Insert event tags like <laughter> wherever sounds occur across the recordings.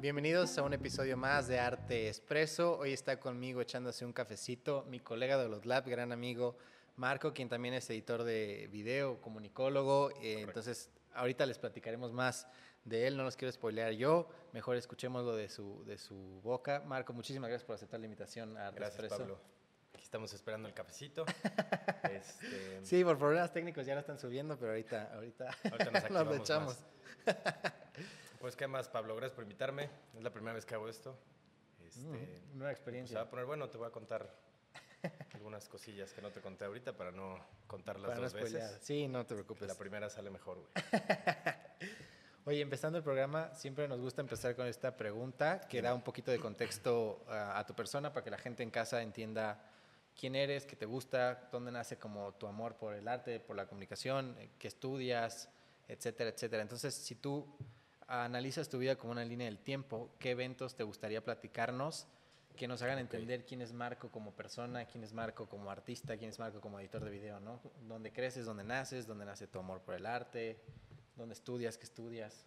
Bienvenidos a un episodio más de Arte Expreso. Hoy está conmigo echándose un cafecito mi colega de los Lab, gran amigo Marco, quien también es editor de video, comunicólogo. Eh, entonces, ahorita les platicaremos más de él, no los quiero spoilear yo. Mejor escuchemos lo de su, de su boca. Marco, muchísimas gracias por aceptar la invitación a Arte Gracias, Expreso. Pablo. Aquí estamos esperando <laughs> el cafecito. Este, Sí, por problemas técnicos ya lo están subiendo, pero ahorita, ahorita, Ahorita nos <laughs> nos lo activamos echamos. más. Pues, ¿qué más, Pablo? Gracias por invitarme. Es la primera vez que hago esto. Este, Ujú, Nueva pues, se va Mm, experiencia. a poner bueno. Te voy a contar algunas cosillas que no te conté ahorita para no contarlas Para no dos spoilear. veces. Sí, no te La preocupes. primera sale mejor, güey. Oye, empezando el programa, siempre nos gusta empezar con esta pregunta que da un poquito de contexto ah, a tu persona para que la gente en casa entienda quién eres, qué te gusta, dónde nace como tu amor por el arte, por la comunicación, eh, qué estudias, etcétera, etcétera. Entonces, si tú analizas tu vida como una línea del tiempo, ¿qué eventos te gustaría platicarnos que nos hagan entender quién es Marco como persona, quién es Marco como artista, quién es Marco como editor de video, ¿no? Dónde creces, dónde naces, dónde nace tu amor por el arte, dónde estudias, qué estudias.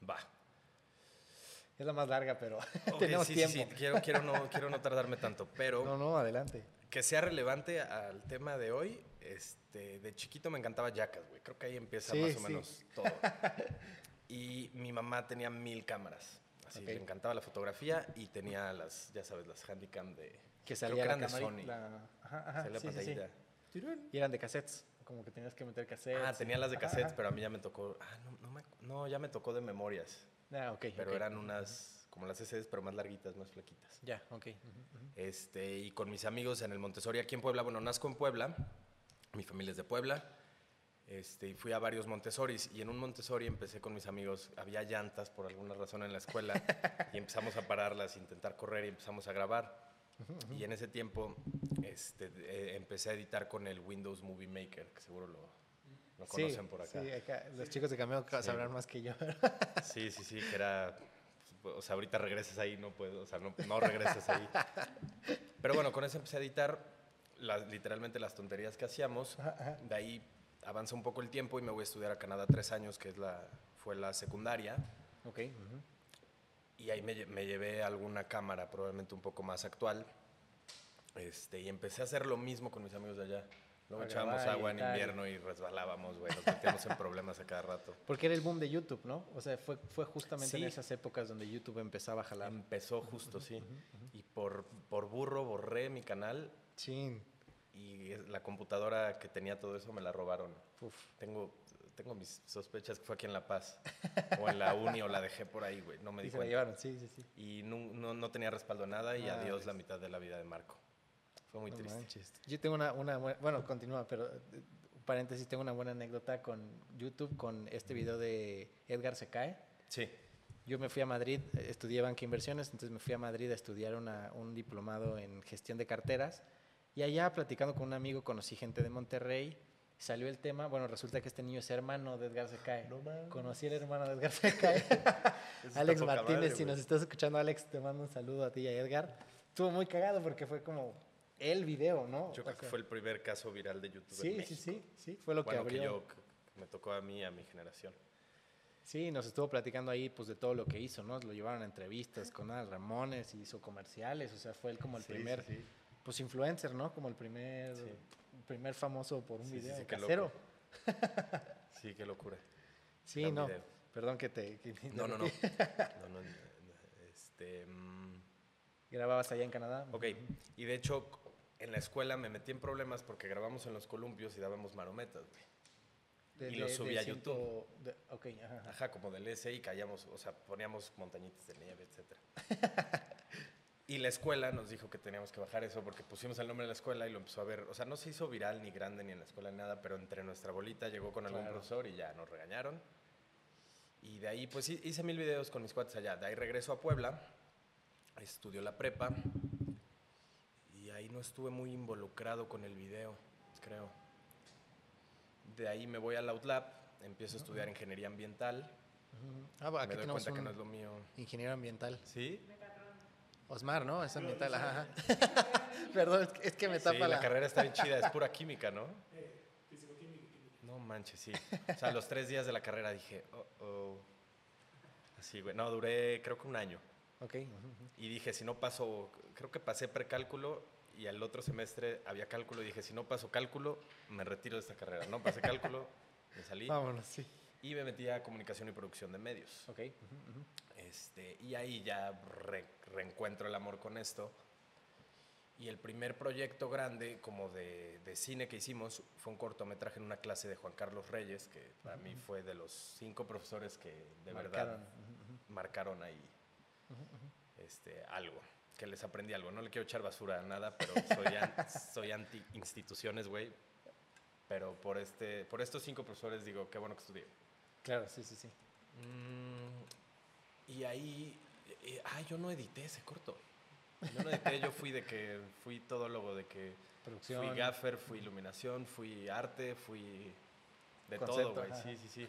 <laughs> Va. Es la más larga, pero <laughs> Ok, tenemos sí, sí, tiempo. sí. Quiero, quiero, no, quiero no tardarme tanto, <laughs> pero... No, no, adelante. Que sea relevante al tema de hoy, este, de chiquito me encantaba Jackas, güey. Creo que ahí empieza Sí, más o sí. menos <laughs> todo. Y mi mamá tenía mil cámaras. Así Ok. le encantaba la fotografía y tenía las, ya sabes, las handycam de. Que creo salía la eran de camari- Sony. la- ajá, ajá, Salía sí, sí, sí. pantallita. Y eran de cassettes, como que tenías que meter cassettes. Ah, tenía las de Ajá, cassette, ajá. pero a mí ya me tocó. Ah, no, no, me acu- no, ya me tocó de memorias. Ah, ok. Pero ok. eran unas, como las CDs, pero más larguitas, más flaquitas. Ya, ok. ujú, ujú. este, y con mis amigos en el Montessori aquí en Puebla. Bueno, nazco en Puebla, mi familia es de Puebla, este, y fui a varios Montessoris. Y en un Montessori empecé con mis amigos, había llantas por alguna razón en la escuela, y empezamos a pararlas, intentar correr y empezamos a grabar. Y en ese tiempo este, eh, empecé a editar con el Windows Movie Maker, que seguro lo, lo Sí, conocen por acá. sí, acá. Los chicos de Cameo Sí. sabrán más <laughs> que yo. Sí, sí, sí, que era... O sea, ahorita regresas ahí, no puedo, o sea, no, no regresas ahí. Pero bueno, con eso empecé a editar las- literalmente las tonterías que hacíamos. De ahí avanza un poco el tiempo y me voy a estudiar a Canadá tres años, que es la, fue la secundaria. ok. ujú. Y ahí me, lle- me llevé alguna cámara, probablemente un poco más actual. Este, y empecé a hacer lo mismo con mis amigos de allá. Luego A echábamos grabar y agua en tal. invierno y resbalábamos, güey. Nos metíamos en problemas a cada rato. Porque era el boom de YouTube, ¿no? O sea, fue, fue justamente Sí. en esas épocas donde YouTube empezaba a jalar. Empezó justo, sí. Y por, por burro borré mi canal Chin. y es- la computadora que tenía todo eso me la robaron. Uf. Tengo, tengo mis sospechas que fue aquí en La Paz o en la Uni o la dejé por ahí, güey. No me Y di se la cuenta. llevaron, sí, sí, sí. Y nu- no, no tenía respaldo a nada y Ah, adiós ves. la mitad de la vida de Marco. Fue muy No triste. manches. Yo tengo una, una bu- bueno, continúa, pero eh, paréntesis, tengo una buena anécdota con YouTube, con este video de Edgar se cae. Sí. Yo me fui a Madrid, eh, estudié banca e inversiones, entonces me fui a Madrid a estudiar una- un diplomado en gestión de carteras. Y allá, platicando con un amigo, conocí gente de Monterrey, salió el tema, bueno, resulta que este niño es hermano de Edgar se cae. conocí al hermano de Edgar se cae. <laughs> está Alex poca Martínez, madre, si güey. nos estás escuchando, Alex, te mando un saludo a ti y a Edgar. Estuvo muy cagado porque fue como el video, ¿no? Yo O creo que sea, fue el primer caso viral de YouTube. Pues, en Sí, sí, México. sí, sí, fue lo Bueno, que que abrió. yo, que me tocó a mí, a mi generación. Sí, nos estuvo platicando ahí pues de todo lo que hizo, ¿no? Lo llevaron a entrevistas con Adal Ramones, hizo comerciales, o sea, fue él como el Sí, primer sí, sí. pues influencer, ¿no? Como el primer Sí. primer famoso por un Sí, sí, video sí, qué casero. loco. Sí, qué locura. Sí, Gran no. video. Perdón que te que te No, no, no. interrumpí. No, no, no, Este, mm, <laughs> Grababas allá en Canadá. ok, y de hecho, en la escuela me metí en problemas porque grabamos en los columpios y dábamos marometas. güey. y lo subí a ciento- de- ok, ajá, ajá. Ajá, como del S y caíamos, o sea, poníamos montañitas de nieve, etc. Y la escuela nos dijo que teníamos que bajar eso porque pusimos el nombre de la escuela y lo empezó a ver. O sea, no se hizo viral ni grande ni en la escuela ni nada, pero entre nuestra bolita llegó con algún Claro. profesor y ya nos regañaron. Y de ahí, pues hi- hice mil videos con mis cuates allá. De ahí regreso a Puebla, estudió la prepa y ahí no estuve muy involucrado con el video, creo. De ahí me voy al Outlab, empiezo a estudiar ingeniería ambiental. Ujú. Ah, bueno, me aquí doy tenemos cuenta que un no es lo mío. ingeniero ambiental. ¿Sí? Osmar, ¿no? Es ambiental, ajá. ajá. <laughs> Perdón, es que, es que me tapa Sí, la, la carrera está bien chida, es pura química, ¿no? No manches, sí. O sea, a los tres días de la carrera dije, oh, oh. Sí, güey. No, duré creo que un año. Ok. ujú, ujú. Y dije, si no paso, creo que pasé precálculo y al otro semestre había cálculo. Y dije, si no paso cálculo, me retiro de esta carrera. No pasé cálculo, me <laughs> salí. Vámonos, sí. Y me metí a comunicación y producción de medios. Ok. ujú, ujú. Este, y ahí ya re- reencuentro el amor con esto. Y el primer proyecto grande como de, de cine que hicimos fue un cortometraje en una clase de Juan Carlos Reyes, que para mí fue de los cinco profesores que de Marcaron, verdad ujú, ujú. marcaron ahí este, algo, que les aprendí algo. No le quiero echar basura a nada, pero soy, an- soy anti instituciones, güey. Pero por, este, por estos cinco profesores digo, qué bueno que estudié. Claro, sí, sí, sí. Mm, y ahí, eh, ah, yo no edité ese corto. Yo no edité, yo fui de que, fui todólogo, de que Producción. fui gaffer, fui iluminación, fui arte, fui de Concepto, todo, güey. ajá. Sí, sí, <laughs> sí.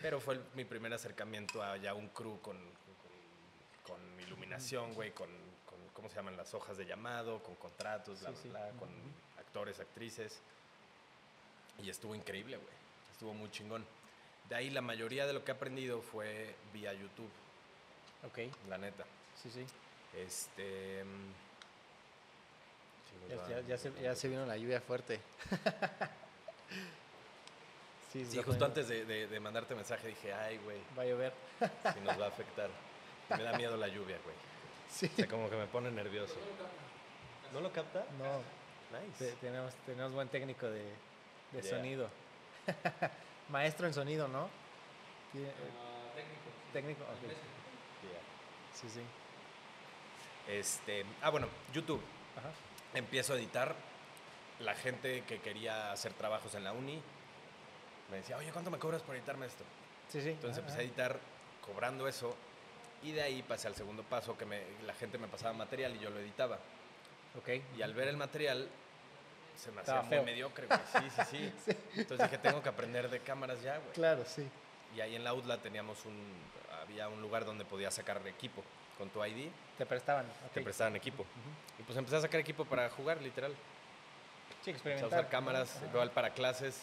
Pero fue el- mi primer acercamiento a ya un crew con, con, con iluminación, güey, con, con, ¿cómo se llaman? Las hojas de llamado, con contratos, bla, Sí, sí. bla, bla, con actores, actrices. Y estuvo increíble, güey. Estuvo muy chingón. De ahí la mayoría de lo que he aprendido fue vía YouTube, Ok, la neta. sí, sí. Este... mm, sí, nos Ya, va- ya- ya se, ya se vino la lluvia fuerte. <laughs> sí, se Sí, está justo poniendo- antes de, de- de mandarte mensaje dije, ay, güey, Va a llover. si nos va a afectar. Me da miedo la lluvia, güey. Sí. O sea, como que me pone nervioso. ¿No lo capta? No, te- Nice. tenemos, tenemos buen técnico de, de Yeah. sonido. <laughs> Maestro en sonido, ¿no? Tiene- técnico. ok. Yeah. Sí, sí. Este, ah, bueno, YouTube. Ajá. Empiezo a editar. La gente que quería hacer trabajos en la uni me decía, oye, ¿cuánto me cobras por editarme esto? Sí, sí. Entonces pues ajá, empecé a editar cobrando eso y de ahí pasé al segundo paso que me- la gente me pasaba material y yo lo editaba. ajá. Ok. Y al ver el material, se me hacía Estaba muy feo. mediocre, güey. Sí, sí, <laughs> sí. Entonces dije, tengo que aprender de cámaras ya, güey. Claro, sí. Y ahí en la UDLA teníamos un, había un lugar donde podías sacar equipo. Con tu ID Te prestaban. te ok. prestaban equipo. Ujú. Y pues empecé a sacar equipo para jugar, literal. Sí, Empecé a experimentar. usar ¿no? cámaras, Ajá. igual para clases.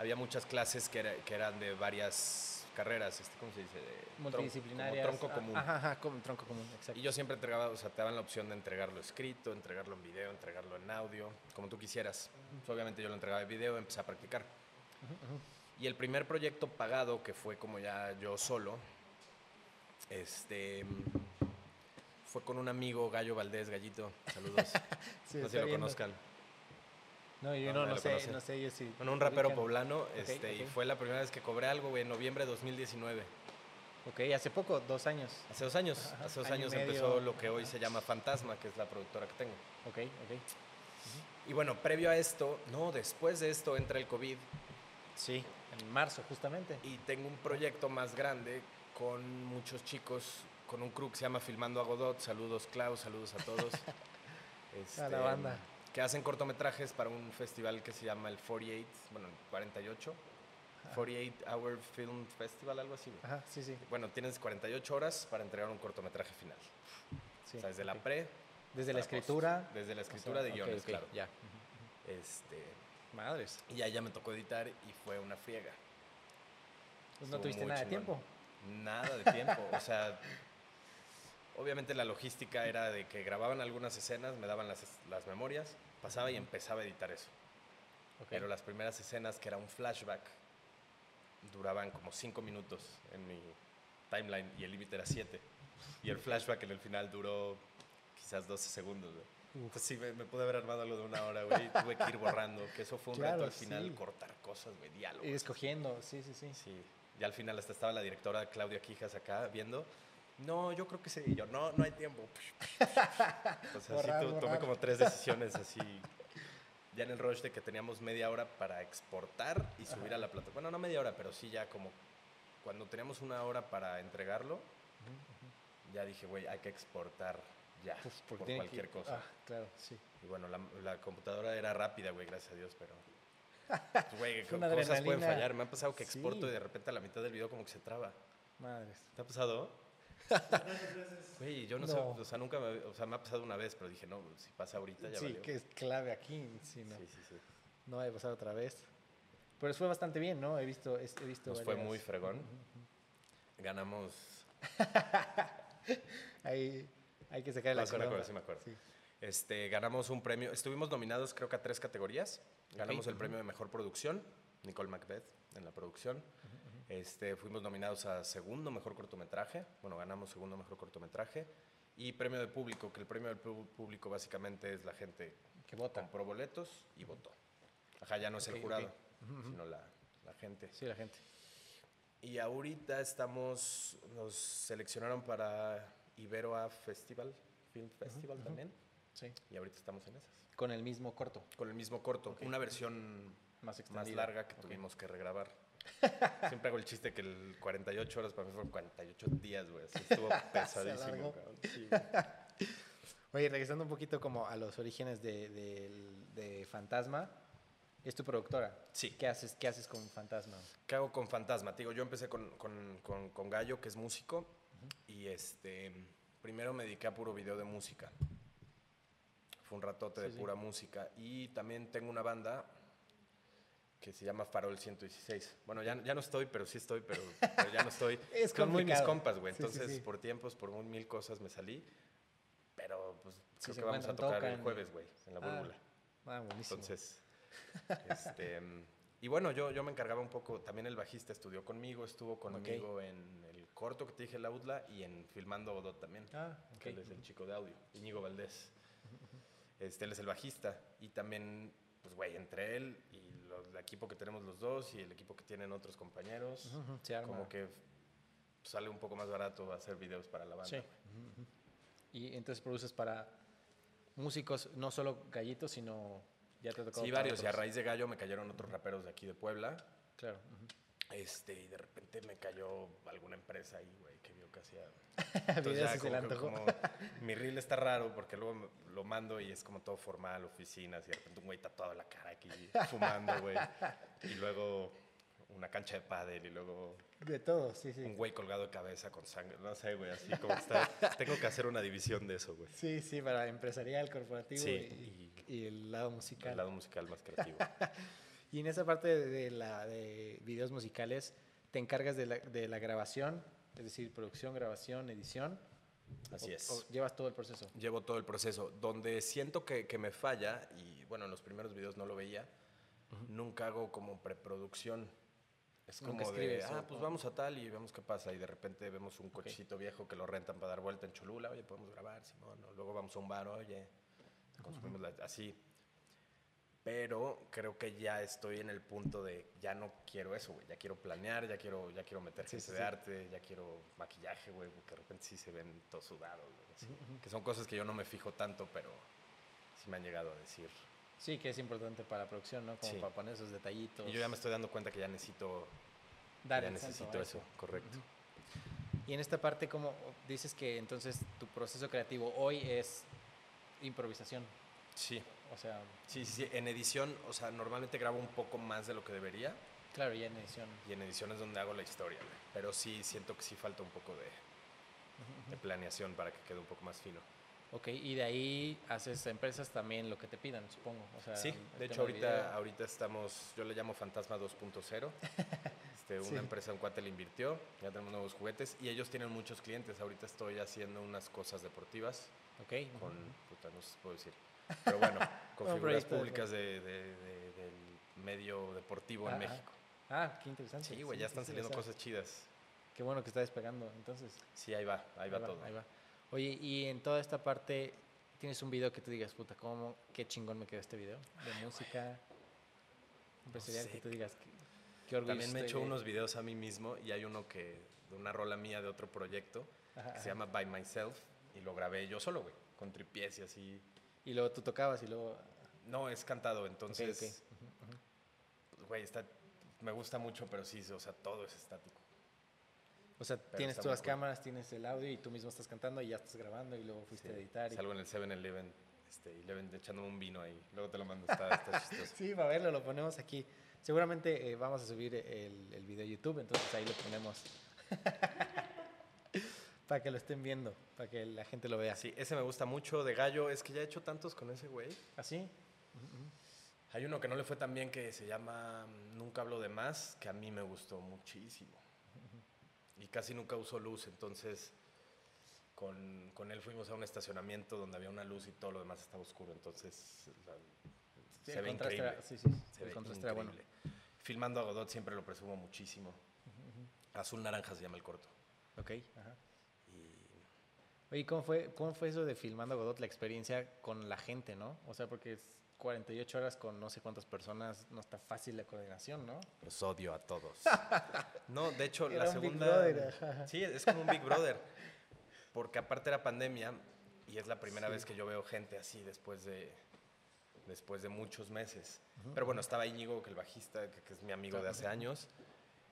Había muchas clases que, era- que eran de varias carreras, este, ¿cómo se dice? De tron- Multidisciplinarias. Como tronco ah, común. Ajá, ajá, como tronco común, exacto. Y yo siempre entregaba, o sea, te daban la opción de entregarlo escrito, entregarlo en video, entregarlo en audio, como tú quisieras. Pues, obviamente yo lo entregaba en video, empecé a practicar. Y el primer proyecto pagado, que fue como ya yo solo, este, fue con un amigo, Gallo Valdés, Gallito, <laughs> saludos, Sí, no sé si está lo viendo. conozcan. No, yo No, no, nadie no, lo sé, conoce. no sé ellos si... Bueno, un rapero ubican. poblano, Ok, este, y ok. fue la primera vez que cobré algo, güey, en noviembre de 2019. Ok, hace poco, dos años. Hace dos años, Ajá, hace dos año y años medio. empezó lo que hoy se llama Fantasma, que es la productora que tengo. Ok, ok. Y bueno, previo a esto, no, después de esto entra el COVID Sí, en marzo justamente. y tengo un proyecto más grande con muchos chicos, con un crew que se llama Filmando a Godot. Saludos, Klaus, saludos a <laughs> todos. Este, A la banda. Que hacen cortometrajes para un festival que se llama el 48, bueno, el 48, 48 Hour Film Festival, algo así. güey. Ajá, sí, sí. Bueno, tienes 48 horas para entregar un cortometraje final. sí o sea, desde ok. la pre. Desde la hasta post. escritura. Desde la o sea, escritura de ok, guiones, ok, claro. Ya. Este, Madres. Y ahí ya me tocó editar y fue una friega. Pues no Estuvo tuviste muy nada de chingón. tiempo. Nada de tiempo. o sea, obviamente la logística era de que grababan algunas escenas, me daban las, las memorias, pasaba y empezaba a editar eso. Ok. Pero las primeras escenas, que era un flashback, duraban como cinco minutos en mi timeline y el límite era siete. Y el flashback en el final duró quizás 12 segundos. güey. <laughs> Entonces sí, me, me pude haber armado algo de una hora, güey. y Tuve que ir borrando, que eso fue un Claro, reto al final, sí. cortar cosas, güey, diálogos. Ir escogiendo, sí, sí, sí. Sí, y al final hasta estaba la directora Claudia Quijas acá viendo. No, yo creo que sí. Y yo, no, no hay <laughs> tiempo. O sea, Borrar, sí, tu- tomé borrar. como tres decisiones así. Ya en el rush de que teníamos media hora para exportar y subir a la plataforma. Bueno, no media hora, pero sí ya como cuando teníamos una hora para entregarlo, ya dije, güey, hay que exportar ya Uf, por Pues, tiene que- cualquier cosa. Ah, claro, sí. Y bueno, la, la computadora era rápida, güey, gracias a Dios, pero. <laughs> pues, Güey, Fue co- una cosas pueden adrenalina. fallar. Me ha pasado que exporto Sí. y de repente a la mitad del video como que se traba. Madres. ¿Te ha pasado? <laughs> Güey, yo no, sé, No. o sea, nunca me, o sea, me ha pasado una vez, pero dije, no, si pasa ahorita ya Sí, valió. que es clave aquí, sí, no. Sí, sí, sí. No vaya a pasar otra vez. Pero fue bastante bien, ¿no? He visto, es- he visto Nos fue varias- muy fregón. Ganamos Ahí hay que sacar el No, sí me acordeón. acuerdo, sí me acuerdo. Sí. Este, ganamos un premio, estuvimos nominados creo que a tres categorías. Ganamos el premio de mejor producción, Nicole Macbeth en la producción. Este, fuimos nominados a segundo mejor cortometraje, bueno, ganamos segundo mejor cortometraje y premio de público, que el premio del pu- público básicamente es la gente Que vota. compró boletos y votó. Ajá, ya no es Ok, el ok. jurado, sino la, la gente. Sí, la gente. Y ahorita estamos, nos seleccionaron para Iberoa Festival, Film Festival también. Sí. Y ahorita estamos en esas. Con el mismo corto. Con el mismo corto, una versión Más más, extendida. larga que tuvimos que regrabar. Siempre hago el chiste que el 48 horas para mí fueron 48 días, güey. Así estuvo pesadísimo, alargó. cabrón. Sí, güey. <laughs> Oye, regresando un poquito como a los orígenes de, del- de Fantasma, es tu productora. Sí. ¿Qué haces, qué haces con Fantasma? ¿Qué hago con Fantasma? Te digo, yo empecé con, con- con- con Gallo, que es músico, y este primero me dediqué a puro video de música. Fue un ratote de Sí, sí. pura música. Y también tengo una banda que se llama Farol 116. Bueno, ya, ya no estoy, pero sí estoy, pero, pero ya no estoy. <laughs> Es Son muy mis complicado. compas, güey. Sí, sí, Entonces, sí. por tiempos, por un mil cosas me salí. Pero pues creo se que vamos a encuentran, tocar el tocan. jueves, güey, en la Ah. búrgula. Ah, buenísimo. Entonces, este, mm, y bueno, yo, yo me encargaba un poco, también el bajista estudió conmigo, estuvo conmigo en el corto que te dije, la UDLA, y en Filmando Godot también, ah, que él es el chico de audio, Íñigo Valdés. Este, él es el bajista, y también, pues güey, entre él y lo- el equipo que tenemos los dos y el equipo que tienen otros compañeros, Ujú, se arma. como que sale un poco más barato hacer videos para la Sí. banda. Y entonces produces para músicos, no solo gallitos, sino ya te ha tocado Sí, para varios, y a otros. raíz de Gallo me cayeron otros raperos de aquí de Puebla, Claro. ujú. Este, y de repente me cayó alguna empresa ahí, güey, que vio que <laughs> hacía. Videos y se le como que- antojó. como- mi reel está raro porque luego me- lo mando y es como todo formal, oficinas, y de repente un güey tatuado en la cara aquí, fumando, güey. Y luego una cancha de pádel y luego De todo, sí, sí. un güey colgado de cabeza con sangre. No sé, güey, así como está. Tengo que hacer una división de eso, güey. Sí, sí, para empresarial, corporativo Sí, y, y el lado musical. El lado musical más <laughs> creativo. Y en esa parte de, de la, de videos musicales, ¿te encargas de la, de la grabación? Es decir, producción, grabación, edición. Así ¿O- es. o llevas todo el proceso. Llevo todo el proceso. Donde siento que, que me falla, y bueno, en los primeros videos no lo veía, nunca hago como preproducción. Es Nunca como de, escribes, ah, o- pues vamos a tal y vemos qué pasa. Y de repente vemos un cochecito viejo que lo rentan para dar vuelta en Cholula. Oye, podemos grabar, Simón. o luego vamos a un bar, oye, consumimos la- así. Pero creo que ya estoy en el punto de, ya no quiero eso, güey. Ya quiero planear, ya quiero, ya quiero meter Sí, gente sí, de sí. arte, ya quiero maquillaje, güey, porque de repente sí se ven todos sudados, güey, así. Que son cosas que yo no me fijo tanto, pero sí me han llegado a decir. Sí, que es importante para la producción, ¿no? Como Sí. para poner esos detallitos. Y yo ya me estoy dando cuenta que ya necesito, dar ya el salto necesito a eso, correcto. Y en esta parte, como dices que entonces tu proceso creativo hoy es improvisación? Sí, O sea, sí, sí, sí. En edición, o sea, normalmente grabo un poco más de lo que debería claro, ya en edición. y en edición es donde hago la historia, güey. Pero sí, siento que sí falta un poco de, de planeación para que quede un poco más fino. Ok, y de ahí haces a empresas también lo que te pidan, supongo. O sea, Sí, el de tema hecho del ahorita, video. ahorita estamos, yo le llamo Fantasma 2.0. Este, una Sí. empresa, un cuate le invirtió, ya tenemos nuevos juguetes y ellos tienen muchos clientes. Ahorita estoy haciendo unas cosas deportivas Ok, ujú. con, puta, no sé si puedo decir, pero bueno, con Un figuras proyecto de- públicas de- de- de- del medio deportivo Ah, ah. en México. Ah, qué interesante. Sí, güey, ya están sí, saliendo o sea, cosas chidas. Qué bueno que está despegando, entonces. Sí, ahí va, ahí va todo. Ahí va. Oye, y en toda esta parte, ¿tienes un video que tú digas, puta, cómo, qué chingón me quedó este video? De música, empresarial, Ah, sé, que tú digas, qué, qué orgullo. También me he estoy hecho de-". unos videos a mí mismo y hay uno que, de una rola mía de otro proyecto, Ajá, que ajá. se llama By Myself y lo grabé yo solo, güey, con tripies y así. Y luego tú tocabas y luego... No, es cantado, entonces, ok. pues, güey, está, me gusta mucho, pero sí, o sea, todo es estático. O sea, tienes está tú muy las cool. cámaras, tienes el audio y tú mismo estás cantando y ya estás grabando y luego fuiste a Sí, editar. Y... Salgo en el 7-Eleven, este, y Eleven echándome un vino ahí, luego te lo mando, está, está chistoso. <laughs> Sí, para verlo, lo ponemos aquí. Seguramente eh, vamos a subir el, el video a YouTube, entonces ahí lo ponemos. <laughs> para que lo estén viendo, para que la gente lo vea. Sí, ese me gusta mucho, de gallo, es que ya he hecho tantos con ese güey. ¿Así? Hay uno que no le fue tan bien que se llama mm, Nunca hablo de más, que a mí me gustó muchísimo. y casi nunca usó luz, entonces con, con él fuimos a un estacionamiento donde había una luz y todo lo demás estaba oscuro, entonces la- Sí, se el ve contraste increíble. era- sí, sí, Se el ve contraste era bueno. increíble. Filmando a Godot siempre lo presumo muchísimo. Azul Naranja se llama el corto. Ok. Ajá. Y Oye, ¿cómo fue, ¿cómo fue eso de filmando Godot, la experiencia con la gente, no? O sea, porque es 48 horas con no sé cuántas personas, no está fácil la coordinación, ¿no? Los odio a <laughs> todos. No, de hecho, Era la un Big segunda. Brother, ajá. Sí, es como <laughs> un Big Brother. Porque aparte era pandemia y es la primera Sí. vez que yo veo gente así después de, después de muchos meses. Pero bueno, estaba Íñigo, que el bajista, que, que es mi amigo de hace años.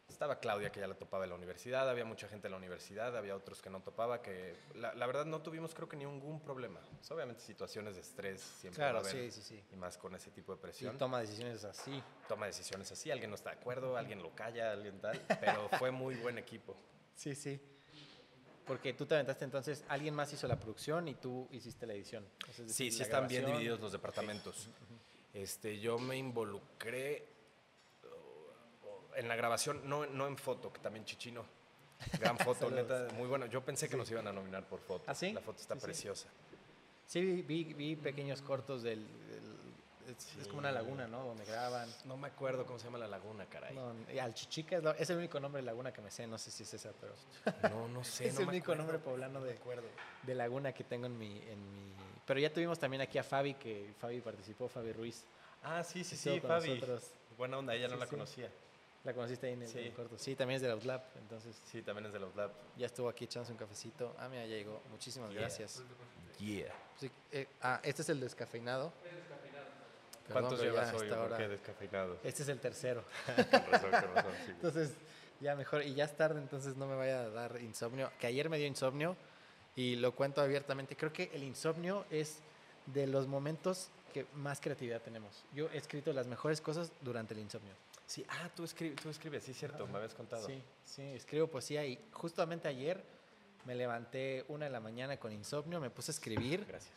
Estaba Claudia, que ya la topaba en la universidad. Había mucha gente en la universidad. Había otros que no topaba. que La, la verdad, no tuvimos, creo que, ningún problema. O sea, obviamente, situaciones de estrés siempre va a Claro, haber, sí, sí, sí. Y más con ese tipo de Sí, presión toma decisiones así. toma decisiones así, alguien no está de acuerdo, alguien lo calla, alguien tal, pero fue muy buen equipo. Sí, sí. Porque tú te aventaste entonces, alguien más hizo la producción y tú hiciste la edición. O sea, es <laughs> Sí, decir, sí la están bien grabación. divididos los departamentos. Este, yo me involucré oh, oh, en la grabación, no, no en foto, que también Chichino. <laughs> Gran foto, Saludos. neta, muy bueno. Yo pensé que nos iban a nominar por foto. ¿Ah, sí? La foto está Sí, sí. preciosa. Sí, vi, vi- vi pequeños cortos del... del- es, es como una laguna, ¿no? Donde graban. No me acuerdo cómo se llama la laguna, caray. <laughs> No, No, y Alchichica es, la- es el único nombre de laguna que me sé, no sé si es esa, pero... no, <laughs> sé. es no el me único acuerdo. nombre poblano de, acuerdo. de laguna que tengo en mi, en mi... Pero ya tuvimos también aquí a Fabi, que Fabi participó, Fabi Ruiz. Ah, sí, sí, Estuvo sí, con Fabi. nosotros. Buena onda, ella no Sí, la sí. conocía. La conociste ahí en el Sí. en el corto. Sí, también es de la UTLAP, entonces Sí, también es de los Lab. ya estuvo aquí echándose un cafecito. Ah, mira, ya llegó. Muchísimas Yeah. gracias. Yeah. Sí, eh, ah, este es el descafeinado. Perdón, ¿Cuántos pero ya llevas hoy? hasta ¿Por ahora- qué descafeinado? Este es el tercero. Con razón, con razón, sí. Entonces, ya mejor. Y ya es tarde, entonces no me vaya a dar insomnio. Que ayer me dio insomnio y lo cuento abiertamente. Creo que el insomnio es de los momentos que más creatividad tenemos. Yo he escrito las mejores cosas durante el insomnio. Sí, ah, tú escribes, tú escribes, sí, cierto, me habías contado. Sí, sí, escribo poesía y justamente ayer me levanté una de la mañana con insomnio, me puse a escribir Gracias.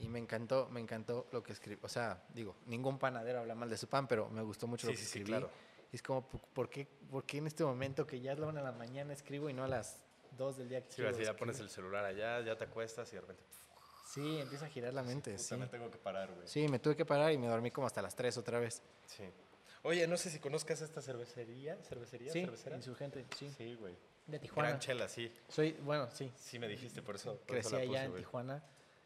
y me encantó, me encantó lo que escribí. O sea, digo, ningún panadero habla mal de su pan, pero me gustó mucho lo Sí, que sí, sí, escribí. claro. Y es como, ¿por por qué, ¿por qué en este momento que ya es la una de la mañana escribo y no a las dos del día que Sí, quiero así ya escribir? pones el celular allá, ya te acuestas y de repente. pf, Sí, empieza a girar la mente, puta, sí. me tengo que parar, güey. Sí, me tuve que parar y me dormí como hasta las tres otra vez. Sí. Oye, no sé si conozcas esta cervecería, cervecería, Sí, cervecera. insurgente, sí. Sí, güey. De Tijuana. Gran chela, sí. Soy, bueno, sí, Sí, me dijiste por eso. por eso crecí la allá puse, en güey. Tijuana.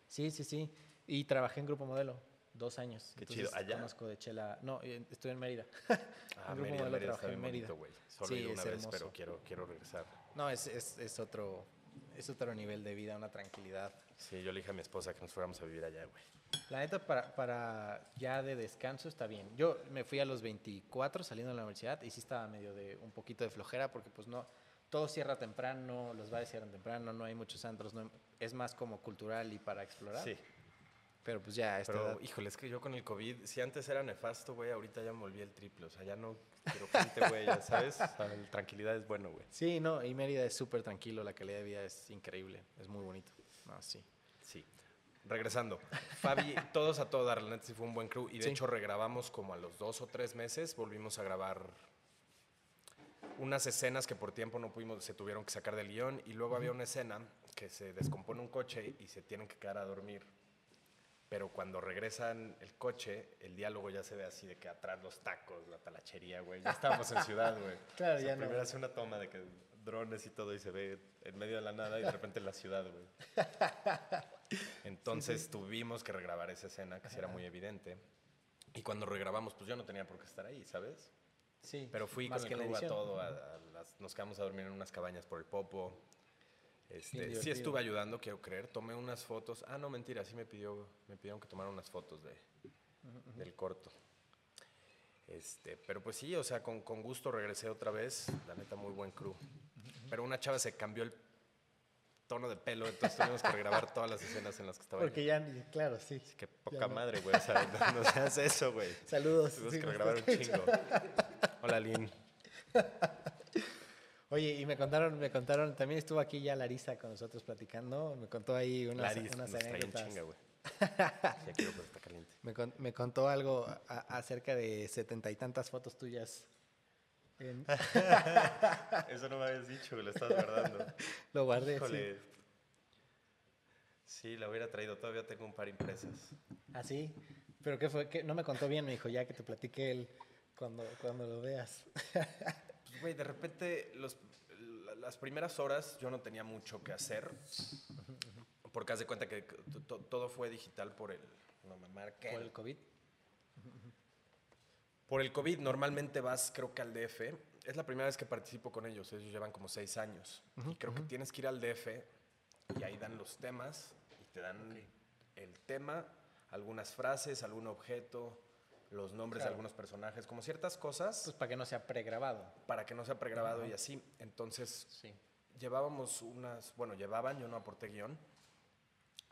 Sí, sí, sí. Y trabajé en Grupo Modelo dos años. Qué chido. ¿Allá? Conozco de Chela. No, eh, estuve en Mérida. Ah, En Grupo Mérida, Modelo trabajé Mérida está en bien Mérida. bonito, güey. Solo Sí, he ido es una vez, hermoso. pero quiero, quiero regresar. No, es, es, es otro, es otro nivel de vida, una tranquilidad. Sí, yo le dije a mi esposa que nos fuéramos a vivir allá, güey. La neta, para, para ya de descanso está bien. Yo me fui a los 24 saliendo de la universidad y sí estaba medio de un poquito de flojera porque pues no, todo cierra temprano, los bares cierran temprano, no hay muchos antros, no hay- es más como cultural y para explorar. Sí. Pero pues ya a esta Pero, edad- híjole, es que yo con el COVID, si antes era nefasto, güey, ahorita ya me volví el triple. O sea, ya no quiero gente, güey, ya sabes. <laughs> O sea, la tranquilidad es bueno, güey. Sí, no, y Mérida es súper tranquilo, la calidad de vida es increíble, es muy bonito. No, sí. Sí. Regresando. Fabi, todos a todo dar, la neta sí fue un buen crew. Y de Sí. hecho regrabamos como a los dos o tres meses, volvimos a grabar unas escenas que por tiempo no pudimos, se tuvieron que sacar del guión. Y luego había una escena que se descompone un coche y se tienen que quedar a dormir. Pero cuando regresan el coche, el diálogo ya se ve así de que atrás los tacos, la talachería, güey. Ya estábamos en ciudad, güey. <laughs> Claro, O sea, ya no. Primero hace una toma de que drones y todo y se ve en medio de la nada y de repente la ciudad, <laughs> güey. Entonces tuvimos que regrabar esa escena, que sí era muy evidente. Y cuando regrabamos, pues yo no tenía por qué estar ahí, ¿sabes? Sí, Pero fui más con que el la club a edición. todo, a- a las- nos quedamos a dormir en unas cabañas por el Popo. Este, sí divertido. estuve ayudando, quiero creer. Tomé unas fotos. Ah, no, mentira, sí me, pidió, me pidieron que tomara unas fotos de, del corto. Este, pero pues sí, o sea, con, con gusto regresé otra vez. La neta, muy buen crew. Pero una chava se cambió el tono de pelo, entonces tuvimos que regrabar todas las escenas en las que estaba ella. Porque ya, claro, sí. Qué Ya no. poca madre, güey. O sea, no, no seas eso, güey. Saludos. <laughs> Tuvimos sí, que nos regrabar un escucha. chingo. Hola, Lin. Oye, y me contaron, me contaron, también estuvo aquí ya Larisa con nosotros platicando, me contó ahí unas, Laris, unas nos traía en anécdotas. chinga, güey. Ya quiero, pero está caliente. Me, con- me contó algo a- acerca de setenta y tantas fotos tuyas. En- <laughs> Eso no me habías dicho, lo estás <laughs> guardando. Lo guardé. Híjole. Sí, la hubiera traído. Todavía tengo un par impresas. Así. Ah, Pero qué fue, ¿Qué? no me contó bien, me dijo, ya que te platique él cuando, cuando lo veas. Pues, güey, de repente, los- la- las primeras horas yo no tenía mucho que hacer. Porque haz de cuenta que to- to- todo fue digital por el. No me marquen. Por el COVID. Por el COVID, normalmente vas, creo que al DF. Es la primera vez que participo con ellos. Ellos llevan como seis años. y creo que tienes que ir al DF y ahí dan los temas y te dan el tema, algunas frases, algún objeto, los nombres de Claro. algunos personajes, como ciertas cosas Pues para que no sea pregrabado. para que no sea pregrabado y así. Entonces, Sí. llevábamos unas. Bueno, llevaban, yo no aporté guión.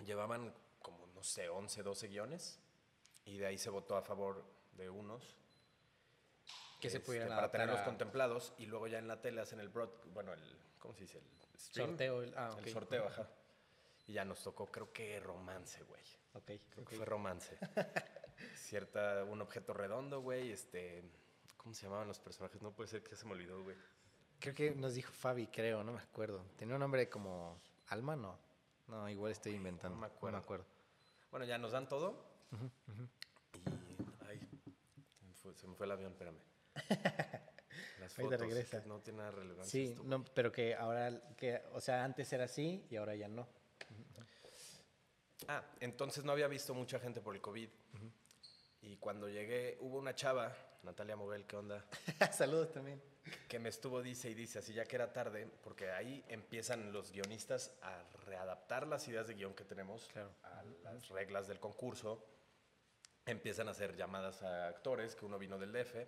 Llevaban como, no sé, 11, 12 guiones. Y de ahí se votó a favor de unos Que se este, pudieran para adaptar tenerlos a- contemplados y luego ya en la tele hacen el broad, bueno, el ¿cómo se dice? El stream. Sorteo, el- ah, ok. El sorteo, ajá. Y ya nos tocó, creo que romance, güey. Ok, Creo ok. que <laughs> fue romance. Cierta un objeto redondo, güey, este ¿cómo se llamaban los personajes? No puede ser que ya se me olvidó, güey. Creo que nos dijo Fabi, creo, no me acuerdo. Tenía un nombre como Alma, no. No, igual estoy inventando. me acuerdo. Bueno, ya nos dan todo. Y ay, se me fue, se me fue el <laughs> avión, espérame. Las Ahí te fotos que regresa. no tiene nada de relevancia. Sí, esto, no, pero que ahora, que, o sea, antes era así y ahora ya no. <laughs> Ah, entonces no había visto mucha gente por el COVID. Y cuando llegué, hubo una chava, Natalia Moguel, ¿qué onda? Saludos también. Que me estuvo, dice y dice, así ya que era tarde, porque ahí empiezan los guionistas a readaptar las ideas de guión que tenemos Claro. a las reglas del concurso. Empiezan a hacer llamadas a actores, que uno vino del DF.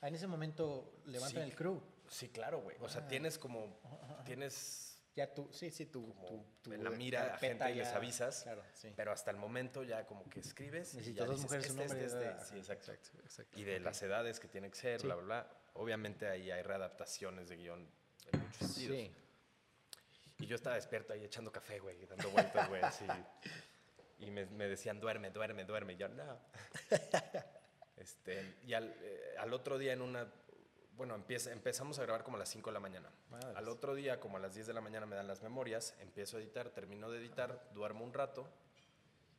Ah, En ese momento levantan Sí. el crew. Sí, claro, güey. O sea, Ah. tienes como, tienes Ya tú, sí, sí, tú. como tú- tú eh, en la mira a carpeta gente y les ya- avisas, Claro, sí. pero hasta el momento ya como que escribes. y ya Necesitas dos dices, mujeres, un este, hombre. este, ¿verdad? este. Sí, exacto. Exacto, exacto. Y de las edades que tiene que ser, Sí. bla, bla, bla. Obviamente ahí hay readaptaciones de guión en muchos sentidos. Sí. Y yo estaba despierto ahí echando café, güey, dando vueltas, güey, así. Y me, me decían, duerme, duerme, duerme. Y yo, no. Este, y al, eh, al otro día en una... Bueno, empieza, empezamos a grabar como a las 5 de la mañana. Madres. Al otro día, como a las 10 de la mañana, me dan las memorias, empiezo a editar, termino de editar, duermo un rato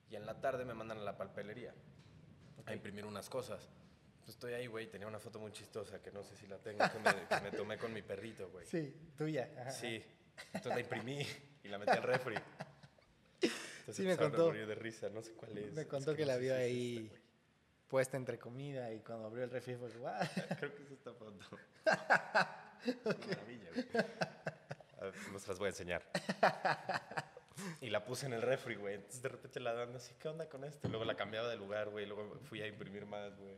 y en la tarde me mandan a la papelería a imprimir unas cosas. Entonces estoy ahí, güey, tenía una foto muy chistosa que no sé si la tengo, que me, que me tomé con mi perrito, güey. Sí, tuya. ajá, Sí. Entonces la imprimí y la metí al refri. Entonces Sí, me empezaron a contó. morir de risa, no sé cuál es. Me Es contó que no la sé vio si es ahí esta, güey. puesta entre comida y cuando abrió el refri fue "Ah". guau. <laughs> Creo que es esta foto. Qué maravilla, güey. A ver, No se las voy a enseñar. Y la puse en el refri, güey. Entonces de repente la dando así, ¿qué onda con esto? Luego la cambiaba de lugar, güey. Luego fui a imprimir más, güey.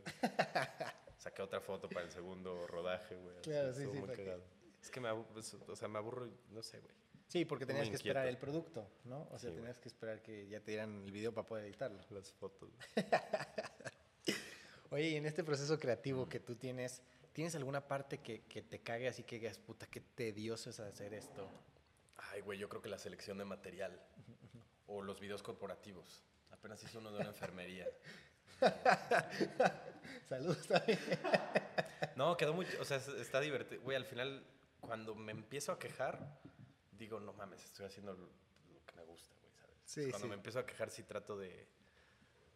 Saqué otra foto para el segundo rodaje, güey. Así, Claro, sí, estuvo sí, muy para que- cagado. Es que me aburro, pues, o sea, me aburro, y no sé, güey. Sí, porque tenías que esperar inquieto. el producto, ¿no? O sea, Sí, güey. tenías que esperar que ya te dieran el video para poder editarlo. Las fotos. Oye, y en este proceso creativo que tú tienes, ¿tienes alguna parte que, que te cague así que digas, puta, qué tedioso es hacer esto? <laughs> Ay, güey, yo creo que la selección de material o los videos corporativos. Apenas hice uno de una enfermería. Saludos también. No, quedó muy, o sea, es- está divertido. Güey, al final, cuando me empiezo a quejar, digo, no mames, estoy haciendo lo lo que me gusta, güey, ¿sabes? Sí, cuando sí. me empiezo a quejar, sí trato de,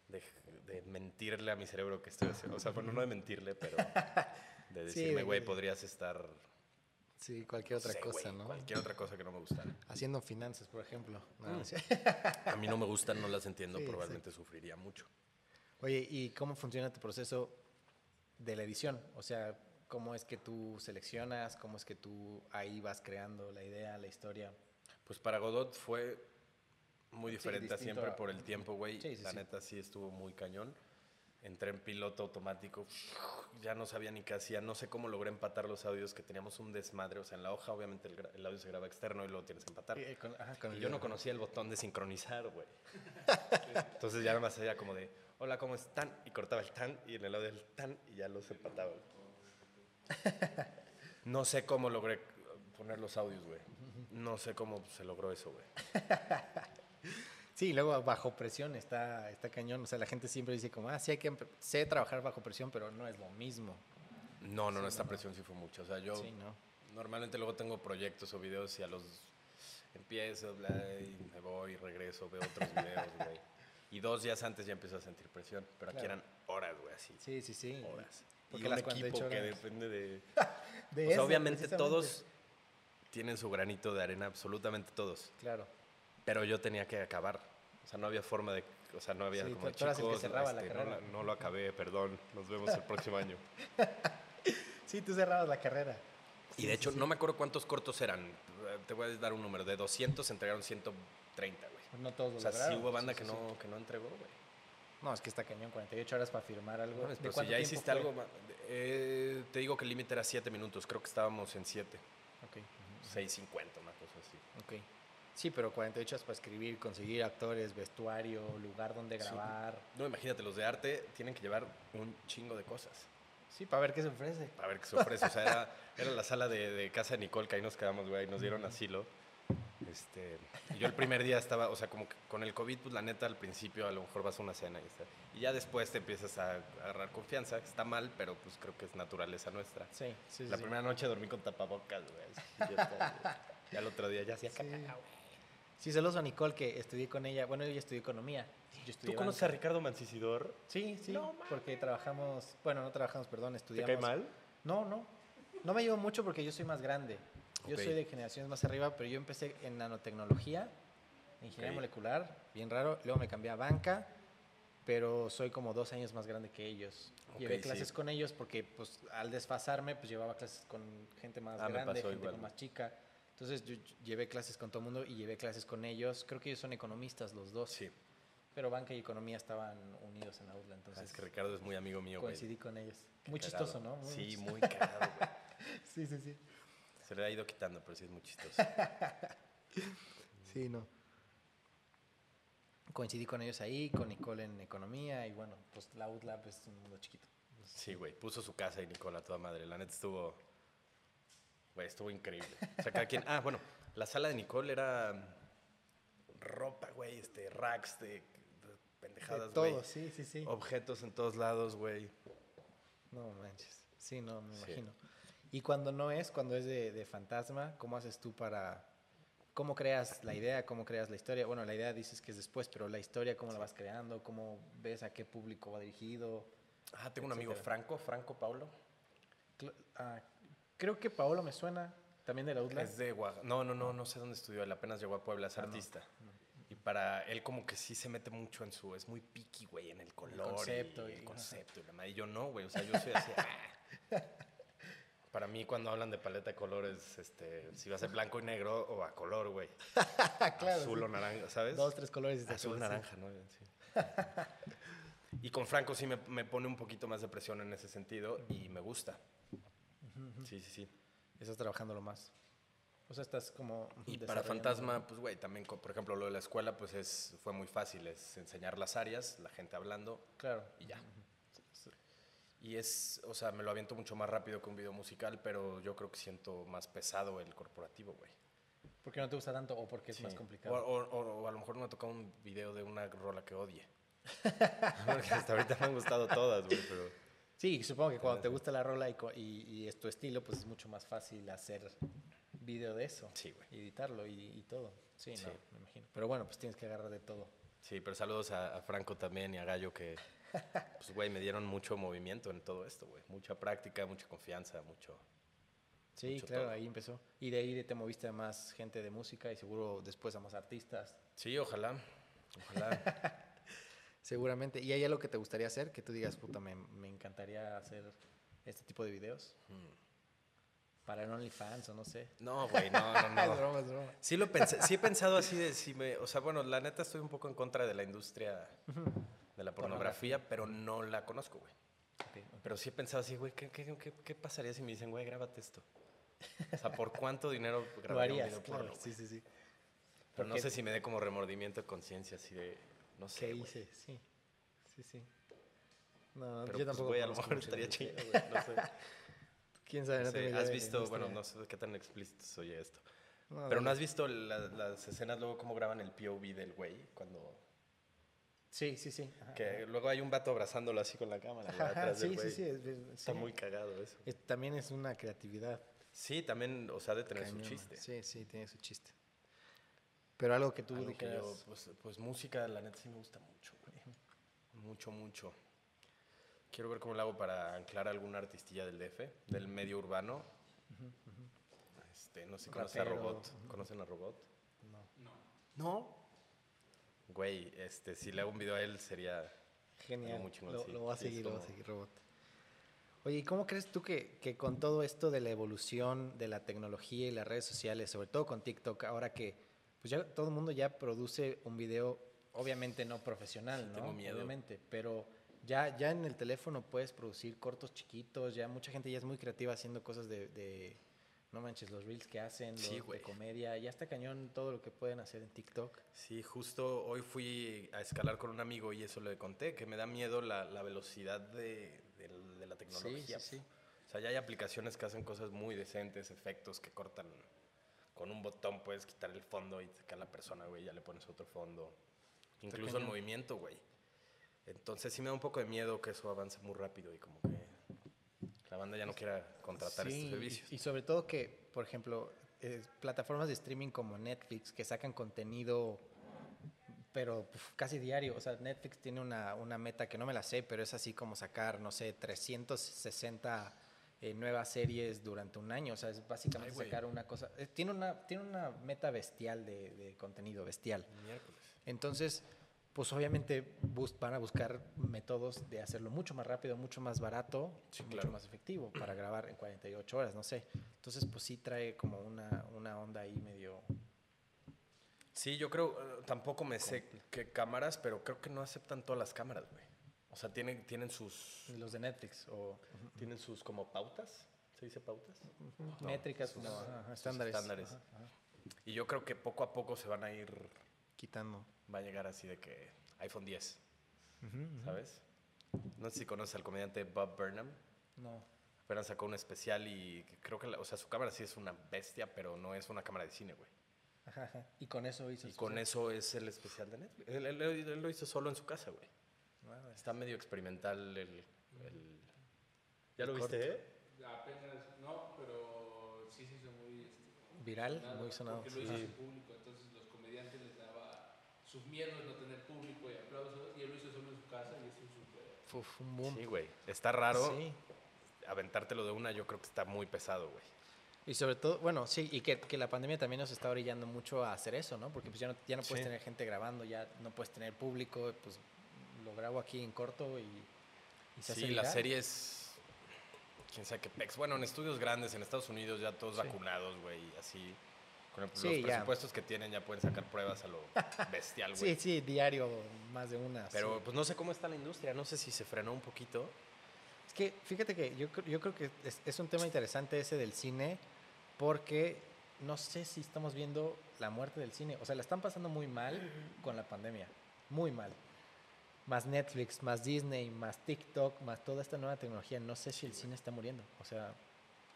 de, de mentirle a mi cerebro que estoy haciendo. O sea, bueno, no de mentirle, pero de Sí, decirme, de- güey, podrías estar. Sí, cualquier otra sé, cosa, güey, ¿no? Cualquier otra cosa que no me gustara. Haciendo finanzas, por ejemplo. No, <laughs> Mm. no sé. A mí no me gustan, no las entiendo, Sí, probablemente sufriría mucho. Oye, ¿y cómo funciona tu proceso de la edición? O sea, ¿cómo es que tú seleccionas? ¿Cómo es que tú ahí vas creando la idea, la historia? Pues para Godot fue muy diferente a distinto siempre a- por el tiempo, güey. Sí, sí, la sí. neta sí estuvo muy cañón. Entré en piloto automático, <laughs> ya no sabía ni qué hacía, no sé cómo logré empatar los audios, que teníamos un desmadre, o sea, en la hoja obviamente el, gra- el audio se graba externo y luego tienes que empatar. Eh, con- ajá, con Y el yo no video. conocía el botón de sincronizar, <laughs> güey. Entonces ya nada más era como de, hola, ¿cómo están? Y cortaba el tan y en el audio el tan y ya los <laughs> empataba. No sé cómo logré poner los audios, güey. No sé cómo se logró eso, güey. Sí, luego bajo presión está, está cañón. O sea, la gente siempre dice como, ah, sí hay que empe- sé trabajar bajo presión, pero no es lo mismo. No, no, no, esta presión sí fue mucha. O sea, yo Sí, ¿no? normalmente luego tengo proyectos o videos y a los empiezo, bla, y me voy, regreso, veo otros videos, <laughs> güey. Y dos días antes ya empiezo a sentir presión, pero aquí Claro. eran horas, güey, así. Sí, sí, sí. Horas. Porque y un las 48 equipo que horas. depende de... De o sea, eso, obviamente precisamente. todos tienen su granito de arena, absolutamente todos. Claro. Pero yo tenía que acabar. O sea, no había forma de... O sea, no había Sí, como tú- tú eras el que chicos, cerraba la este, no, carrera". la- no lo acabé, perdón. Nos vemos el próximo <laughs> año. Sí, tú cerrabas la carrera. Y de hecho, no me acuerdo cuántos cortos eran. Te voy a dar un número. De 200 se entregaron 130, güey. pues, No todos lo O sea, sí lograron. hubo banda Sí, que sí, sí. no, que no entregó, güey. No, es que está cañón, 48 horas para firmar algo. No, pues, ¿De pero si cuánto ya tiempo hiciste fue? algo, ma- eh, te digo que el límite era 7 minutos. Creo que estábamos en 7. Ok, 6.50, una cosa así. ok. Sí, pero 48 horas para escribir, conseguir actores, vestuario, lugar donde Sí. grabar. No, imagínate, los de arte tienen que llevar un chingo de cosas. Sí, para ver qué se ofrece. A ver qué se ofrece. O sea, era, era la sala de, de casa de Nicole, que ahí nos quedamos, güey, y nos dieron asilo. Este, y yo el primer día estaba, o sea, como que con el COVID, pues la neta, al principio a lo mejor vas a una cena y, está, y ya después te empiezas a agarrar confianza. Está mal, pero pues creo que es naturaleza nuestra. Sí, sí, la sí. primera noche dormí con tapabocas, güey. así, yo estaba- Y al otro día ya hacía Sí. caca. Sí, saludos a Nicole, que estudié con ella. Bueno, ella estudió economía. Yo estudié ¿Tú conoces a banca. Ricardo Mancisidor? Sí, sí, No porque trabajamos, bueno, no trabajamos, perdón, ¿Te estudiamos. cae mal? No, no. No me llevo mucho porque yo soy más grande. Yo Ok. soy de generaciones más arriba, pero yo empecé en nanotecnología, ingeniería Ok. molecular, bien raro. Luego me cambié a banca, pero soy como dos años más grande que ellos. Ok, Llevé clases sí. con ellos porque, pues, al desfasarme, pues llevaba clases con gente más Ah, me grande, pasó gente igual. con más chica. Entonces yo llevé clases con todo el mundo y llevé clases con ellos. Creo que ellos son economistas los dos. Sí. Ah, Pero banca y economía estaban unidos en Outland, entonces Es que Ricardo es muy amigo mío, güey. coincidí con ellos. Qué Muy cagado. chistoso, ¿no? Muy sí, chistoso. muy cagado, güey. <laughs> sí, sí, sí. Se le ha ido quitando, pero sí es muy <laughs> chistoso. Sí, no. Coincidí con ellos ahí, con Nicole en economía y bueno, pues la UTLAB es un mundo chiquito. Sí, güey. Puso su casa y Nicola toda madre. La neta estuvo. Güey, estuvo increíble. O sea, cada quien. Ah, bueno, la sala de Nicole era. mm, Ropa, güey, este, racks de, de pendejadas, De güey. Oh. todo, sí, sí, sí. Objetos en todos lados, güey. No manches. Sí, no, me Sí. imagino. Y cuando no es, cuando es de, de fantasma, ¿cómo haces tú para... ¿Cómo creas la idea? ¿Cómo creas la historia? Bueno, la idea dices que es después, pero la historia, ¿cómo la vas creando? ¿Cómo ves a qué público va dirigido? Ah, tengo un amigo, Etcétera. Franco, Franco Paulo. Cl- ah, creo que Paolo me suena, también de la UTLAB. Es de Oaxaca. No, no, no, no sé dónde estudió. Él apenas llegó a Puebla, es Ah, no, artista. Y para él como que sí se mete mucho en su... Es muy picky, güey, en el color. y concepto y- el ajá. concepto. Y, la madre. Y yo no, güey. O sea, yo soy así... <laughs> ah. Para mí cuando hablan de paleta de colores, este, si va a ser blanco y negro o a color, güey. <laughs> Claro, Azul sí. o naranja, ¿sabes? Dos, tres colores. y te Azul, acuerdas, sí. naranja, ¿no? Sí. <laughs> y con Franco sí me, me pone un poquito más de presión en ese sentido y me gusta. Sí, sí, sí. Estás trabajándolo más. O sea, estás como. Y para desarrollando- Fantasma, pues güey, también, co- por ejemplo, lo de la escuela, pues es, fue muy fácil, es enseñar las áreas, la gente hablando Claro. y ya. Y es, o sea, me lo aviento mucho más rápido que un video musical, pero yo creo que siento más pesado el corporativo, güey. Porque no te gusta tanto o porque es Sí. más complicado. O, o- o- o a lo mejor no me toca un video de una rola que odie. <laughs> Porque hasta ahorita me han gustado todas, güey, pero... Sí, supongo que cuando te gusta la rola y, co- y- y es tu estilo, pues es mucho más fácil hacer video de eso. Sí, güey. Y Editarlo y, y todo. Sí, Sí. No, me imagino. Pero bueno, pues tienes que agarrar de todo. Sí, pero saludos a, a Franco también y a Gallo que, pues güey, me dieron mucho movimiento en todo esto, güey. Mucha práctica, mucha confianza, mucho... Sí, Mucho claro, todo. ahí empezó. Y de ahí de- te moviste a más gente de música y seguro después a más artistas. Sí, ojalá. Ojalá. Seguramente. ¿Y hay algo que te gustaría hacer? Que tú digas, puta, me, me encantaría hacer este tipo de videos. Para el OnlyFans o no sé. No, güey, no, <laughs> no, no. broma, Ah, es broma. Sí lo pensé, sí he pensado así de si me, o sea, bueno, la neta estoy un poco en contra de la industria de la pornografía, pero no la conozco, güey. Pero sí he pensado así, güey, ¿qué, qué, qué, qué pasaría si me dicen, güey, grábate esto? O sea, ¿por cuánto dinero <laughs> Lo grabaría un harías, video claro. porno, güey? sí, sí, sí. Pero no porque- sé si me dé como remordimiento de conciencia así de, no sé, ¿Qué güey. hice? Sí. Sí, sí. No, Pero yo pues, tampoco. güey, a lo conozco mejor mucho estaría de chido, industria. güey, no sé. <laughs> ¿Quién sabe? No No sé, tengo idea ¿Has de la visto, bueno, no industria. sé qué tan explícito oye esto, No, Pero no. no has visto la- las escenas luego cómo graban el POV del güey cuando Sí, sí, sí. Ajá. Que luego hay un vato abrazándolo así con la cámara. güey, Ajá, ajá, atrás <laughs> del sí, sí, güey. sí, es- es- Está sí. muy cagado eso. Es- también es una creatividad. Sí, también, o sea, de tener cañona. su chiste. Sí, sí, tiene su chiste. Pero algo que tú Algo que dijeras. yo, pues, pues música, la neta sí me gusta mucho, güey. Mucho, mucho. Quiero ver cómo lo hago para anclar a alguna artistilla del DF, del medio urbano. Este, no sé, ¿conocen a Rapero, Robot? ¿Conocen a Robot? no. No. Güey, este, si le hago un video a él sería... Genial. muy chingón, lo, sí. lo voy a Sí, es seguir, lo voy a como- seguir, robot. Oye, ¿y cómo crees tú que, que con todo esto de la evolución de la tecnología y las redes sociales, sobre todo con TikTok, ahora que pues ya todo el mundo ya produce un video, obviamente no profesional, Sí, ¿no? tengo miedo. Obviamente, pero ya, ya en el teléfono puedes producir cortos chiquitos, ya mucha gente ya es muy creativa haciendo cosas de, de- no manches, los reels que hacen, los Sí, de güey. comedia, ya está cañón todo lo que pueden hacer en TikTok. Sí, justo hoy fui a escalar con un amigo y eso le conté, que me da miedo la, la velocidad de, de- de la tecnología. sí, sí. O sea, ya hay aplicaciones que hacen cosas muy decentes, efectos que cortan con un botón, puedes quitar el fondo y sacar la persona, güey, ya le pones otro fondo. Incluso el cañón. movimiento, güey. Entonces sí me da un poco de miedo que eso avance muy rápido y como que la banda ya no quiera contratar Sí, estos y- servicios. Y, sobre todo que, por ejemplo, eh, plataformas de streaming como Netflix que sacan contenido, pero puf, casi diario. O sea, Netflix tiene una, una meta que no me la sé, pero es así como sacar, no sé, 360 eh, nuevas series durante un año. O sea, es básicamente Ay, güey. sacar una cosa. eh, tiene, una, tiene una meta bestial de, de contenido, bestial. Miércoles. Entonces, pues obviamente bus- van a buscar métodos de hacerlo mucho más rápido, mucho más barato, Sí, mucho claro. más efectivo para grabar en 48 horas, no sé. Entonces, pues sí trae como una, una onda ahí medio... Sí, yo creo, eh, tampoco me sé qué cámaras, pero creo que no aceptan todas las cámaras, güey. O sea, tienen, tienen sus. Los de Netflix o Tienen sus como pautas. ¿Se dice pautas? No, métricas, sus- como, ajá, sus estándares. estándares. Ajá, ajá. Y yo creo que poco a poco se van a ir. Quitando. Va a llegar así de que iPhone 10, Ujú, ujú. ¿sabes? No sé si conoces al comediante Bob Burnham. No. Apenas sacó un especial y creo que, la- o sea, su cámara sí es una bestia, pero no es una cámara de cine, güey. Ajá, ajá. Y con eso hizo... Y con eso es el especial de Netflix. Él- él- él- él lo hizo solo en su casa, güey. Está medio experimental el. el- ¿Ya lo viste? eh? Apenas, no, pero sí se hizo muy... este, Viral, sonado, muy sonado. Porque lo hizo Ajá. sin público, entonces los comediantes les daba sus miedos no tener público y aplausos, y él lo hizo solo en su casa y eso es súper... Uf, un boom. Sí, güey. Está raro. Sí. Aventártelo de una, yo creo que está muy pesado, güey. Y sobre todo, bueno, sí, y que, que la pandemia también nos está orillando mucho a hacer eso, ¿no? Porque pues ya no, ya no puedes Sí. tener gente grabando, ya no puedes tener público, pues lo grabo aquí en corto y, y se hace Sí, viral. las series. Quién sabe qué pex. Bueno, en estudios grandes, en Estados Unidos, ya todos vacunados, güey. Así. Con el- Sí, los ya. presupuestos que tienen, ya pueden sacar <laughs> pruebas a lo bestial, güey. Sí, sí, diario, más de una. Pero sí. pues no sé cómo está la industria. No sé si se frenó un poquito. Es que fíjate que yo, cre- yo creo que es, es un tema interesante ese del cine, porque no sé si estamos viendo la muerte del cine. O sea, la están pasando muy mal con la pandemia. Muy mal. Más Netflix, más Disney, más TikTok, más toda esta nueva tecnología. No sé si el cine está muriendo. O sea,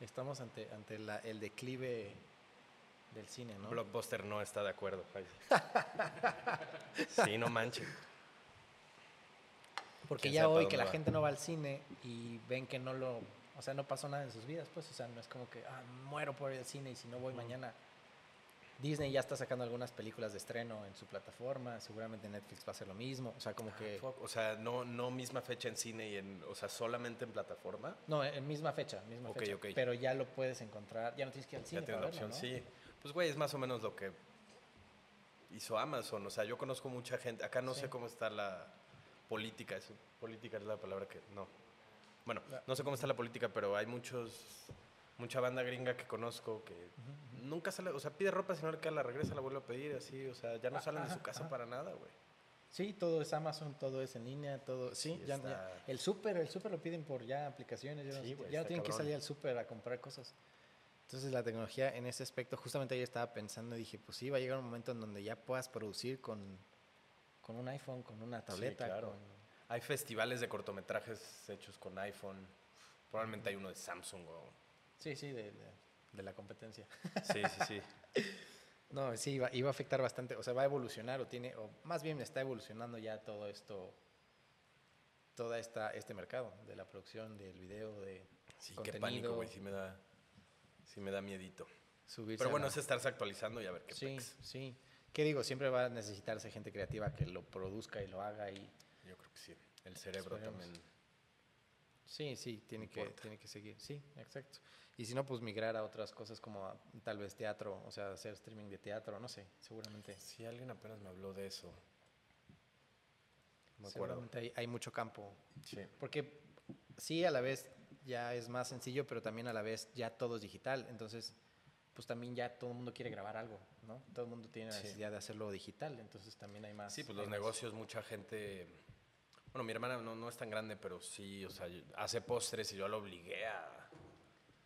estamos ante, ante la- el declive del cine, ¿no? Blockbuster no está de acuerdo. <laughs> Ay, sí. sí, no manches. Porque quién ya sabe para hoy que dónde la va. gente no va al cine y ven que no lo, o sea, no pasó nada en sus vidas, pues, o sea, no es como que, ah, muero por ir al cine y si no voy mañana. Disney ya está sacando algunas películas de estreno en su plataforma, seguramente Netflix va a hacer lo mismo, o sea, como que... Fuck, O sea, no, no misma fecha en cine y en, o sea, solamente en plataforma. No, en misma fecha, misma Ok, fecha, ok. pero ya lo puedes encontrar, ya no tienes que ir al cine ya tienes la para opción, verlo, ¿no? sí. Pues güey, es más o menos lo que hizo Amazon. O sea, yo conozco mucha gente. Acá no Sí. sé cómo está la política. eso- política es la palabra que no. Bueno, La- no sé cómo está la política, pero hay muchos mucha banda gringa que conozco que nunca sale, o sea, pide ropa si no le queda, la regresa, la vuelve a pedir, así, o sea, ya no Ah, salen de ajá, su casa ajá. para nada, güey. Sí, todo es Amazon, todo es en línea, todo. Sí, Sí, ya, está- ya- el súper, el súper lo piden por ya aplicaciones, ya, no Sí, sé, güey, ya no está tienen que cabrón. salir al súper a comprar cosas. Entonces la tecnología en ese aspecto, justamente ayer estaba pensando y dije, pues sí, va a llegar un momento en donde ya puedas producir con, con un iPhone, con una tableta. claro. con- Hay festivales de cortometrajes hechos con iPhone. Probablemente hay uno de Samsung o sí, sí, de, de- de la competencia. Sí, sí, sí. No, sí, iba, iba a afectar bastante, o sea, va a evolucionar o tiene, o más bien está evolucionando ya todo esto, todo esta, este mercado de la producción, del video, de <laughs> Sí, qué contenido, pánico, güey. Sí me da, sí me da miedito. subirse Pero a bueno, la- es estarse actualizando y a ver qué Sí, pex. sí. ¿Qué digo? Siempre va a necesitarse gente creativa que lo produzca y lo haga y Yo creo que sí. El cerebro Esperemos. también. sí, sí, tiene que, Importa. tiene que seguir. Sí, exacto. Y si no, pues migrar a otras cosas como a- tal vez teatro, o sea, hacer streaming de teatro, no sé, seguramente. Sí, alguien apenas me habló de eso. No me acuerdo. seguramente hay, hay mucho campo. Sí. pues, Porque sí, a la vez ya es más sencillo, pero también a la vez ya todo es digital. Entonces, pues también ya todo el mundo quiere grabar algo, ¿no? Todo el mundo tiene la Sí. necesidad de hacerlo digital, entonces también hay más. Sí, pues hay los más. negocios, mucha gente. Bueno, mi hermana no, no es tan grande, pero sí, o sea, yo- hace postres y yo la obligué a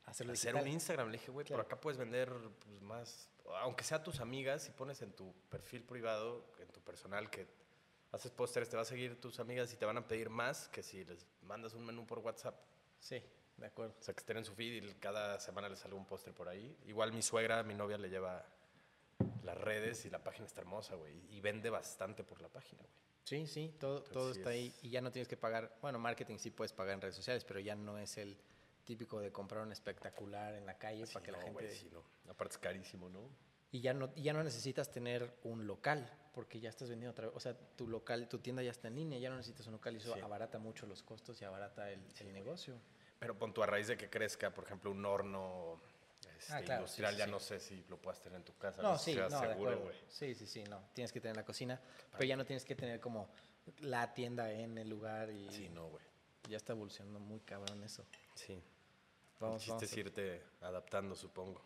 Hacerlo hacer digital. un Instagram. Le dije, güey, Claro. por acá puedes vender pues, más. Aunque sea tus amigas, si pones en tu perfil privado, en tu personal, que haces postres, te va a seguir tus amigas y te van a pedir más que si les mandas un menú por WhatsApp. Sí, de acuerdo. O sea, que estén en su feed y cada semana les sale un postre por ahí. Igual mi suegra, mi novia, le lleva las redes y la página está hermosa, güey. Y vende bastante por la página, güey. Sí, sí, todo, Entonces, todo sí está ahí es- y ya no tienes que pagar, bueno, marketing sí puedes pagar en redes sociales, pero ya no es el típico de comprar un espectacular en la calle para que la gente... Aparte es carísimo, ¿no? Y ya no, y ya no necesitas tener un local, porque ya estás vendiendo otra vez, o sea, tu local, tu tienda ya está en línea, ya no necesitas un local y eso Sí. abarata mucho los costos y abarata el, el negocio. Pero pon tú a raíz de que crezca, por ejemplo, un horno este, Ah, claro, industrial, sí, sí, ya sí. no sé si lo puedas tener en tu casa. No, sé si sí, no, sea de seguro, acuerdo. güey. Sí, sí, sí, no, tienes que tener la cocina, pero ya no tienes que tener como la tienda en el lugar y Sí, no, güey. ya está evolucionando muy cabrón eso. Sí. Vamos, el chiste vamos es a- irte adaptando, supongo.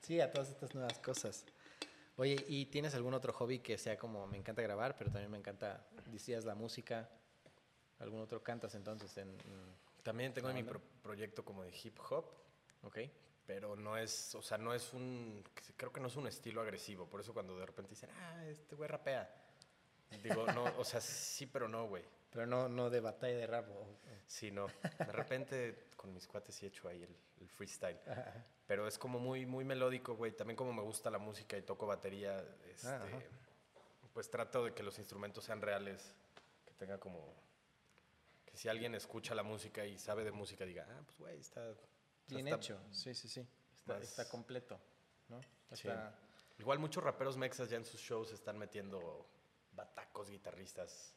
Sí, a todas estas nuevas cosas. Oye, ¿y tienes algún otro hobby que sea como me encanta grabar, pero también me encanta, decías la música? ¿Algún otro cantas entonces? En, mm, en- También tengo mi Anda. pro- proyecto como de hip hop. ¿Ok? Pero no es, o sea, no es un, creo que no es un estilo agresivo. Por eso cuando de repente dicen, ah, este güey rapea. Digo, no, o sea, sí, pero no, güey. Pero no, no de batalla de rap. o- o- Sí, no. De repente con mis cuates sí he hecho ahí el, el freestyle. Ajá. Pero es como muy, muy melódico, güey. También como me gusta la música y toco batería, este, Ah, ajá. pues trato de que los instrumentos sean reales, que tenga como... Que si alguien escucha la música y sabe de música, diga, ah, pues güey, está... está- Bien hecho, sí, sí, sí. Está, más- está completo, ¿no? Sí. Está- Igual muchos raperos mexas ya en sus shows están metiendo batacos, guitarristas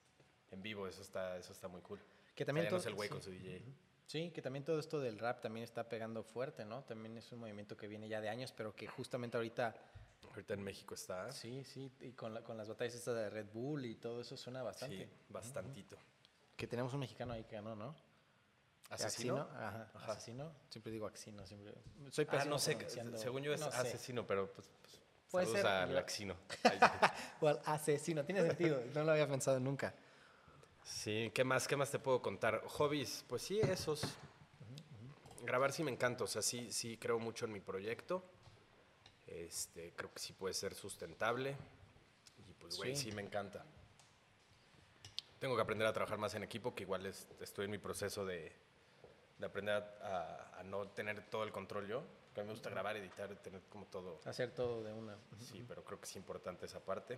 en vivo. Eso está, eso está muy cool. Que O sea, también ya no todo- es el güey sí. con su DJ. Sí, que también todo esto del rap también está pegando fuerte, ¿no? También es un movimiento que viene ya de años, pero que justamente ahorita Ahorita en México está. Sí, Sí, sí, y con, la- con las batallas estas de Red Bull y todo eso suena bastante. bastantito. Que tenemos un mexicano ahí que ganó, ¿no? ¿Asesino? Axino, Ajá, Ajá. asesino. Siempre digo axino, siempre. Soy Ah, pésimo no sé. pronunciando- Según yo es no sé. asesino, pero pues, pues, Puede saludos ser, al yo- <laughs> Axino. O al asesino, tiene sentido, <laughs> no lo había pensado nunca. sí, ¿qué más? ¿Qué más te puedo contar? Hobbies, pues sí, esos. Grabar sí me encanta, o sea, sí, sí creo mucho en mi proyecto. Este, creo que sí puede ser sustentable. Y pues, güey, Sí. sí. me encanta. Tengo que aprender a trabajar más en equipo, que igual es- estoy en mi proceso de, de aprender a, a- a no tener todo el control yo. Porque a mí me gusta grabar, editar, tener como todo. Hacer todo de una. Sí, pero creo que es importante esa parte.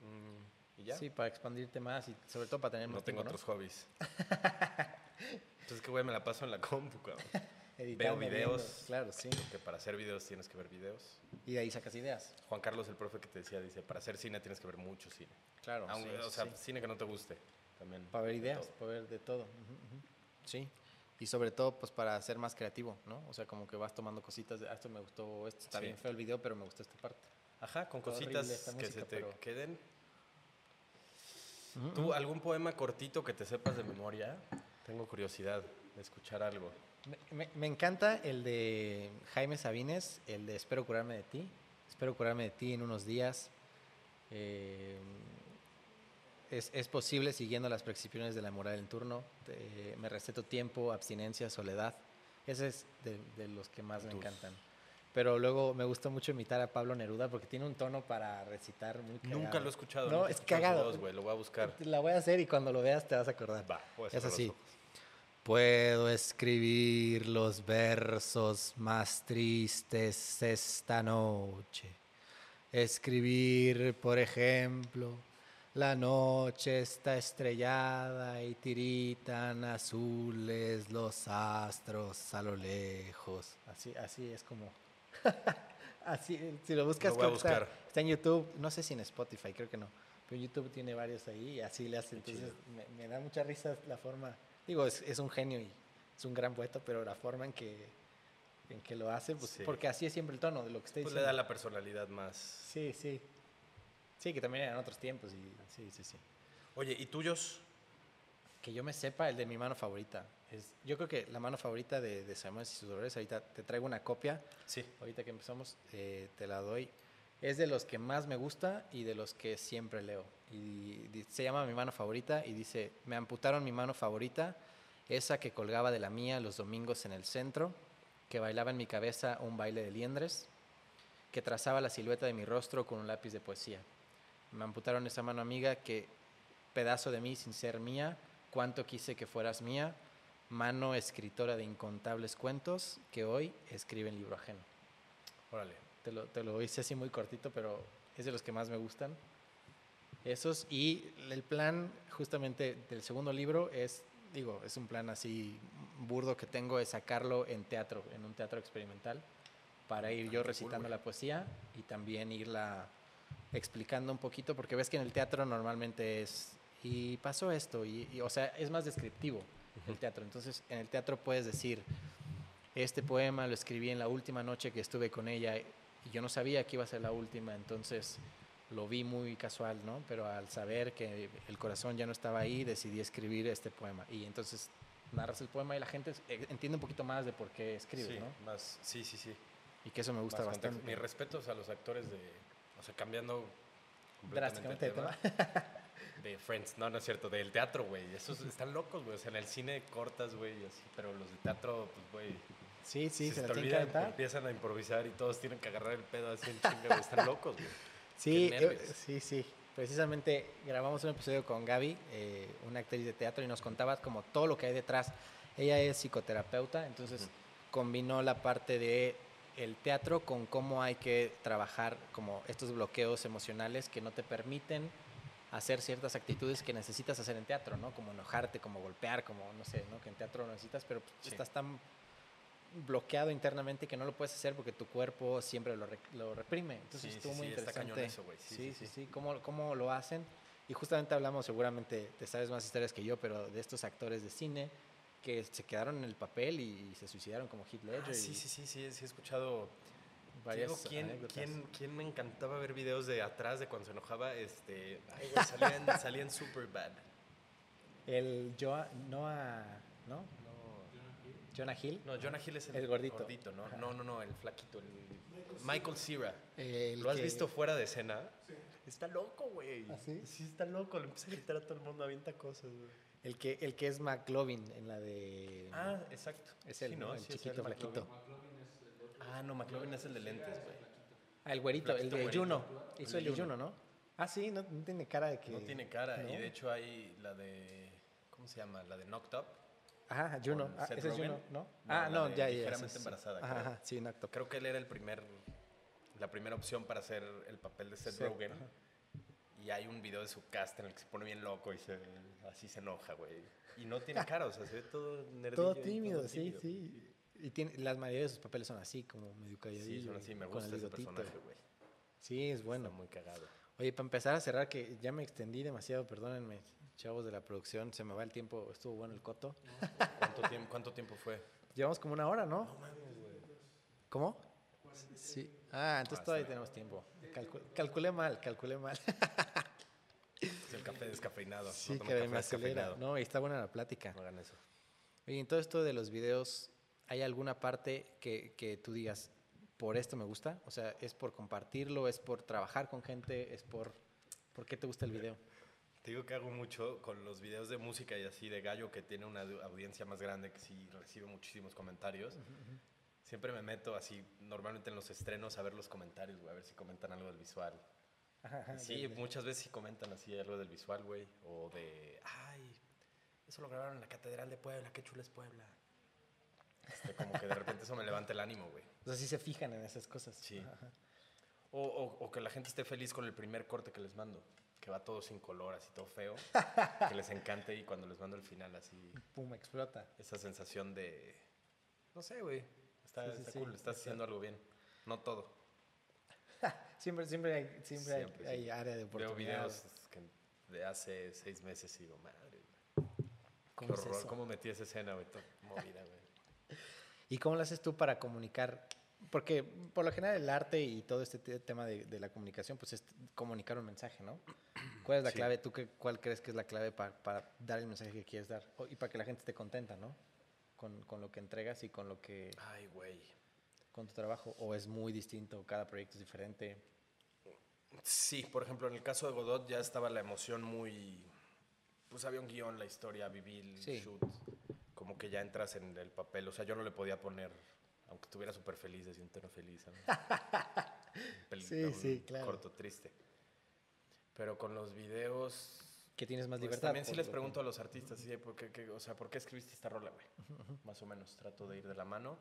Mm, ¿Y ya? Sí, para expandirte más y sobre todo para tener no más tengo tiempo, ¿no? otros hobbies. Entonces, que güey, me la paso en la compu, cabrón. Editando, viendo, videos. Claro, sí. Porque para hacer videos tienes que ver videos. Y de ahí sacas ideas. Juan Carlos, el profe que te decía, dice, para hacer cine tienes que ver mucho cine. Claro, Aunque, sí, o sí, sea, sí. cine que no te guste. También. Para ver de ideas, todo. para ver de todo. ujú, ujú. Sí. Y sobre todo, pues para ser más creativo, ¿no? O sea, como que vas tomando cositas de, "Ah, esto me gustó, esto está Sí. bien feo el video, pero me gustó esta parte. Ajá, con Está horrible cositas esta que se música, te pero- Mm, queden. ¿Tú algún poema cortito que te sepas de memoria? Tengo curiosidad de escuchar algo. Me, me- me encanta el de Jaime Sabines, el de Espero curarme de ti. Espero curarme de ti en unos días. Eh, es, es posible siguiendo las prescripciones de la moral en turno. Eh, me receto tiempo, abstinencia, soledad. Ese es de, de los que más me Tus. encantan. Pero luego me gusta mucho imitar a Pablo Neruda porque tiene un tono para recitar muy cagado. Nunca lo he escuchado. No, nunca he es escuchado su cagado. voz, güey, lo voy a buscar. La voy a hacer y cuando lo veas te vas a acordar. Va, voy a Es cerrar los así. ojos. Puedo escribir los versos más tristes esta noche. Escribir, por ejemplo, la noche está estrellada y tiritan azules los astros a lo lejos. Así, así es como... <laughs> así, si lo buscas, Lo voy a creo que está- buscar. Está, en YouTube, no sé si en Spotify, creo que no. Pero YouTube tiene varios ahí y así le hace. Qué Entonces me, me da mucha risa la forma. Digo, es, es un genio y es un gran poeta, pero la forma en que, en que lo hace, pues, Sí. porque así es siempre el tono de lo que está Pues diciendo. le da la personalidad más. Sí, sí. Sí, que también eran otros tiempos. Y, sí, sí, sí. Oye, ¿y tuyos? Que yo me sepa el de mi mano favorita. Es, yo creo que la mano favorita de, de Samuels y sus dolores, ahorita te traigo una copia, Sí. ahorita que empezamos, eh, te la doy. Es de los que más me gusta y de los que siempre leo. Y di- se llama Mi mano favorita y dice, me amputaron mi mano favorita, esa que colgaba de la mía los domingos en el centro, que bailaba en mi cabeza un baile de liendres, que trazaba la silueta de mi rostro con un lápiz de poesía. Me amputaron esa mano amiga que, pedazo de mí sin ser mía, cuánto quise que fueras mía, mano escritora de incontables cuentos que hoy escribe en libro ajeno. Órale. Te lo, te lo hice así muy cortito, pero es de los que más me gustan. Esos. Y el plan justamente del segundo libro es, digo, es un plan así burdo que tengo de sacarlo en teatro, en un teatro experimental, para ir Ah, yo qué cool, recitando güey. la poesía y también irla explicando un poquito, porque ves que en el teatro normalmente es, y pasó esto, y, y, o sea, es más descriptivo el teatro. Entonces, en el teatro puedes decir, este poema lo escribí en la última noche que estuve con ella y yo no sabía que iba a ser la última, entonces lo vi muy casual, ¿no? Pero al saber que el corazón ya no estaba ahí, decidí escribir este poema. Y entonces narras el poema y la gente es- eh, entiende un poquito más de por qué escribes, sí, ¿no? más, sí, sí, sí. Y que eso me gusta Más contexto. bastante. Mis respetos a los actores de. O sea, cambiando. Drásticamente completamente el de tema. De Friends, no, no es cierto, del teatro, güey. <laughs> Esos están locos, güey. O sea, en el cine cortas, güey, y así, pero los de teatro, pues, güey. <laughs> Sí, sí, si se, te la tiene que olvidan, aventar. Empiezan a improvisar y todos tienen que agarrar el pedo así en chinga, güey. Están <laughs> locos, güey. Sí, Qué eh, nervios. sí, sí. Precisamente grabamos un episodio con Gaby, eh, una actriz de teatro, y nos contaba como todo lo que hay detrás. Ella es psicoterapeuta, entonces Ujú. combinó la parte de el teatro con cómo hay que trabajar como estos bloqueos emocionales que no te permiten hacer ciertas actitudes que necesitas hacer en teatro, ¿no? Como enojarte, como golpear, como no sé, ¿no? Que en teatro no necesitas, pero pues, Sí. estás tan bloqueado internamente que no lo puedes hacer porque tu cuerpo siempre lo, re- lo reprime. Entonces Sí, estuvo sí, muy sí, está interesante. cañón eso, güey. Sí, Sí, sí, sí, sí. sí, ¿Cómo, cómo lo hacen. Y justamente hablamos, seguramente te sabes más historias que yo, pero de estos actores de cine que se quedaron en el papel y, y se suicidaron como Heath Ledger. Ah, sí, y sí, sí, sí, sí, he escuchado varias Digo, ¿quién, anécdotas. quién, quién me encantaba ver videos de atrás de cuando se enojaba? Este, ay, güey, <laughs> salían, salían super bad. El Joa, Noah, ¿no? Jonah Hill. No, Jonah Hill es el, El gordito. ¿no? Ajá. No, no, no, el flaquito, el Michael Cera. Eh, El ¿Lo has que- visto fuera de escena? Está loco, güey. ¿Ah, sí? está loco. Le empieza a gritar a todo el mundo, avienta cosas, güey. El que, el que es McLovin en la de... Ah, exacto. Es el, ¿no? el Sí, es chiquito el flaquito. McLovin. Ah, no, McLovin es el de lentes, güey. Ah, el güerito, el Flaquito de güerito. Juno. El Hizo de el de Juno. Juno, ¿no? Ah, sí, no, no tiene cara de que... No tiene cara. Y ¿no? de hecho hay la de... ¿Cómo se llama? La de Knocked Up. Ajá, Juno. con Ah, Seth ese es Juno, Rogen. ¿no? No, ah, la no, de ya, ya. Ligeramente sí, sí. embarazada, Ajá, creo. ajá, sí, no acto. Creo que él era el primer, la primera opción para hacer el papel de Seth Seth, Rogen. ajá. Y hay un video de su cast en el que se pone bien loco y se, así se enoja, güey. Y <laughs> no tiene cara, o sea, se ve todo nerdillo. Todo y tímido, sí, tímido. sí. Y tiene, las mayoría de sus papeles son así, como medio calladillo. Sí, son así, me con el gusta ese bigotito. personaje, güey. Sí, es bueno. Está muy cagado. Oye, para empezar a cerrar, que ya me extendí demasiado, perdónenme, chavos de la producción, se me va el tiempo, estuvo bueno el coto. ¿Cuánto tiempo, cuánto tiempo fue? Llevamos como una hora, ¿no? ¿Cómo? Sí. Ah, entonces está todavía bien. tenemos tiempo. Calcu- calculé mal, calculé mal. Es el café descafeinado. no sí, tomen que café me acelera. descafeinado. No, y está buena la plática. No hagan eso. Oye, en todo esto de los videos, ¿hay alguna parte que, que tú digas, por esto me gusta? O sea, ¿es por compartirlo? ¿Es por trabajar con gente? ¿Es por... ¿Por qué te gusta el video? Te digo que hago mucho con los videos de música y así de Gallo, que tiene una du- audiencia más grande, que sí recibe muchísimos comentarios. Siempre me meto así, normalmente en los estrenos, a ver los comentarios, güey, a ver si comentan algo del visual. Ah, Y sí, muchas veces sí comentan así algo del visual, güey, o de, ah, ay, eso lo grabaron en la Catedral de Puebla, qué chula es Puebla. Este, como que de repente eso me levanta el ánimo, güey. O sea, sí se fijan en esas cosas. Sí. Ajá. O, o- o que la gente esté feliz con el primer corte que les mando, que va todo sin color, así todo feo, que les encante y cuando les mando el final así, Pum, explota. esa sensación de, no sé, güey, está, Sí, sí, está sí, cool, estás haciendo algo bien, no todo. Siempre, siempre hay, siempre hay- Siempre, hay, sí. área de Veo oportunidad. videos que de hace seis meses y digo, madre, qué ¿Cómo es horror, eso? cómo metí esa escena, güey, toda <laughs> movida, güey. ¿Y cómo lo haces tú para comunicar? Porque por lo general el arte y todo este te- tema de, de la comunicación, pues es comunicar un mensaje, ¿no? ¿Cuál es la Sí. clave? ¿Tú qué, cuál crees que es la clave pa- para dar el mensaje que quieres dar? O- y para que la gente esté contenta, ¿no? Con, con lo que entregas y con lo que Ay, güey. con tu trabajo. O es muy distinto, cada proyecto es diferente. Sí, por ejemplo, en el caso de Godot ya estaba la emoción muy... Pues había un guión, la historia, vivir, el Sí. shoot. Como que ya entras en el papel. O sea, yo no le podía poner, aunque estuviera súper feliz, así un tono feliz. <laughs> ¿no? Un pel- Sí, un sí, claro. Corto, triste. Pero con los videos... Que tienes más pues, libertad. también sí por les lo que- pregunto a los artistas, sí, ¿por qué, qué- o sea, ¿por qué escribiste esta rola, güey? Más o menos, trato de ir de la mano.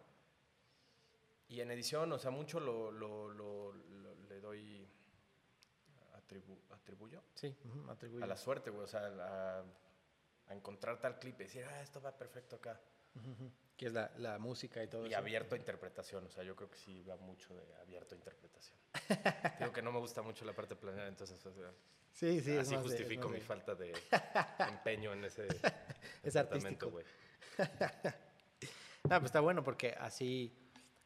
Y en edición, o sea, mucho lo, lo- lo- lo- le doy atribu- atribuyo Sí, ujú, atribuye. a la suerte, güey. O sea, a, a encontrar tal clip y decir, ah, esto va perfecto acá. Que es la, la música y todo Y eso. abierto a interpretación, o sea, yo creo que sí va mucho de abierto <laughs> a interpretación. Digo que no me gusta mucho la parte planeada, entonces o sea, Sí, sí. es así más de- es Ah, justifico más mi de- <laughs> falta de empeño en ese Es departamento, artístico. güey. Ah, pues está bueno porque así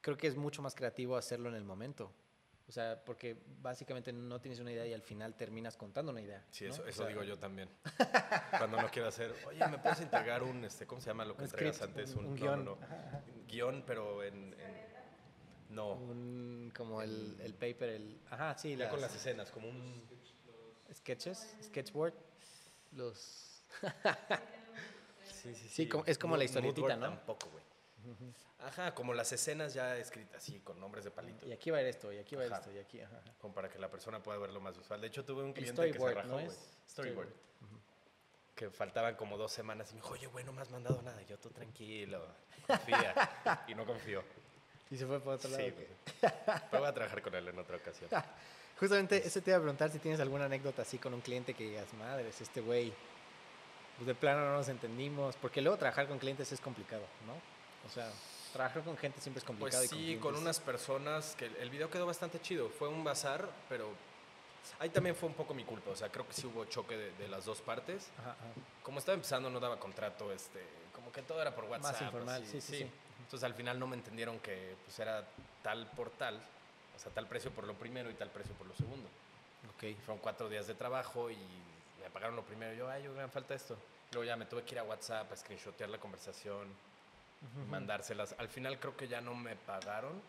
creo que es mucho más creativo hacerlo en el momento. O sea, porque básicamente no tienes una idea y al final terminas contando una idea. Sí, ¿no? eso, O eso sea, digo yo <laughs> también. Cuando no quiero hacer, oye, ¿me puedes entregar un, este, ¿cómo se llama lo que Un entregas script, antes? un- un no, guión. no, no. Un guión, pero en... en- no, un- como el, el paper, el... Ajá, sí, ya con las las escenas, como un... sketches, sketchboard, los... Sí, sí, como- es como Mood- la historietita, mood board ¿no? Tampoco, güey. Ajá, como las escenas ya escritas, así, con nombres de palito, Y aquí va a ir esto, y aquí va a ir Ajá. esto, y aquí... Ajá. como para que la persona pueda verlo más visual. De hecho, tuve un El cliente que se storyboard, rajó, ¿no güey. es? Storyboard. Que faltaban como dos semanas y me dijo, oye, güey, no me has mandado nada. Y Yo, tú tranquilo, <laughs> confía. y no confío. Y se fue para otro lado. Sí, ¿ok? güey. Pero voy a trabajar con él en otra ocasión. Justamente, eso te iba a preguntar si tienes alguna anécdota así con un cliente que digas, madres, este güey, pues de plano no nos entendimos, porque luego trabajar con clientes es complicado, ¿no? O sea, trabajar con gente siempre es Pues complicado. y sí, con clientes- unas personas que el- el video quedó bastante chido. Fue un bazar, pero ahí también fue un poco mi culpa. O sea, creo que sí hubo choque de, de las dos partes. Ajá, ajá. Como estaba empezando, no daba contrato, este, como que todo era por WhatsApp. informal, así, sí, sí, sí. Entonces al final no me entendieron que pues, era tal por tal, o sea, tal precio por lo primero y tal precio por lo segundo. Ok. Y fueron cuatro días de trabajo y me pagaron lo primero. Yo, ay, yo me falta esto. Luego ya me tuve que ir a WhatsApp a screenshotear la conversación, mandárselas. Al final creo que ya no me pagaron.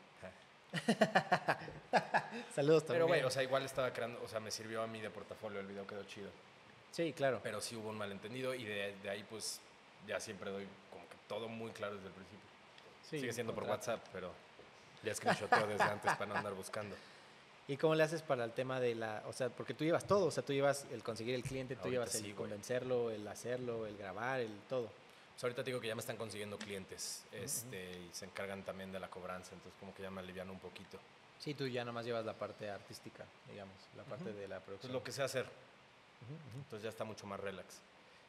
Saludos también. Pero güey, o sea, igual estaba creando, o sea, me sirvió a mí de portafolio, el video quedó chido. sí, claro. Pero sí hubo un malentendido y de, de ahí pues ya siempre doy como que todo muy claro desde el principio. Sí, Sigue siendo por contrato. WhatsApp, pero ya screenshoteo desde antes para no andar buscando. Pues ¿Y cómo le haces para el tema de la, o sea, porque tú llevas todo, o sea, tú llevas el conseguir el cliente, tú Ahorita llevas sí, el güey. convencerlo, el hacerlo, el grabar, el todo. Pues ahorita te digo que ya me están consiguiendo clientes este, y se encargan también de la cobranza, entonces como que ya me alivian un poquito. Sí, tú ya nomás llevas la parte artística, digamos, la parte de la Eso producción. es Pues lo que sé hacer. Entonces ya está mucho más relax.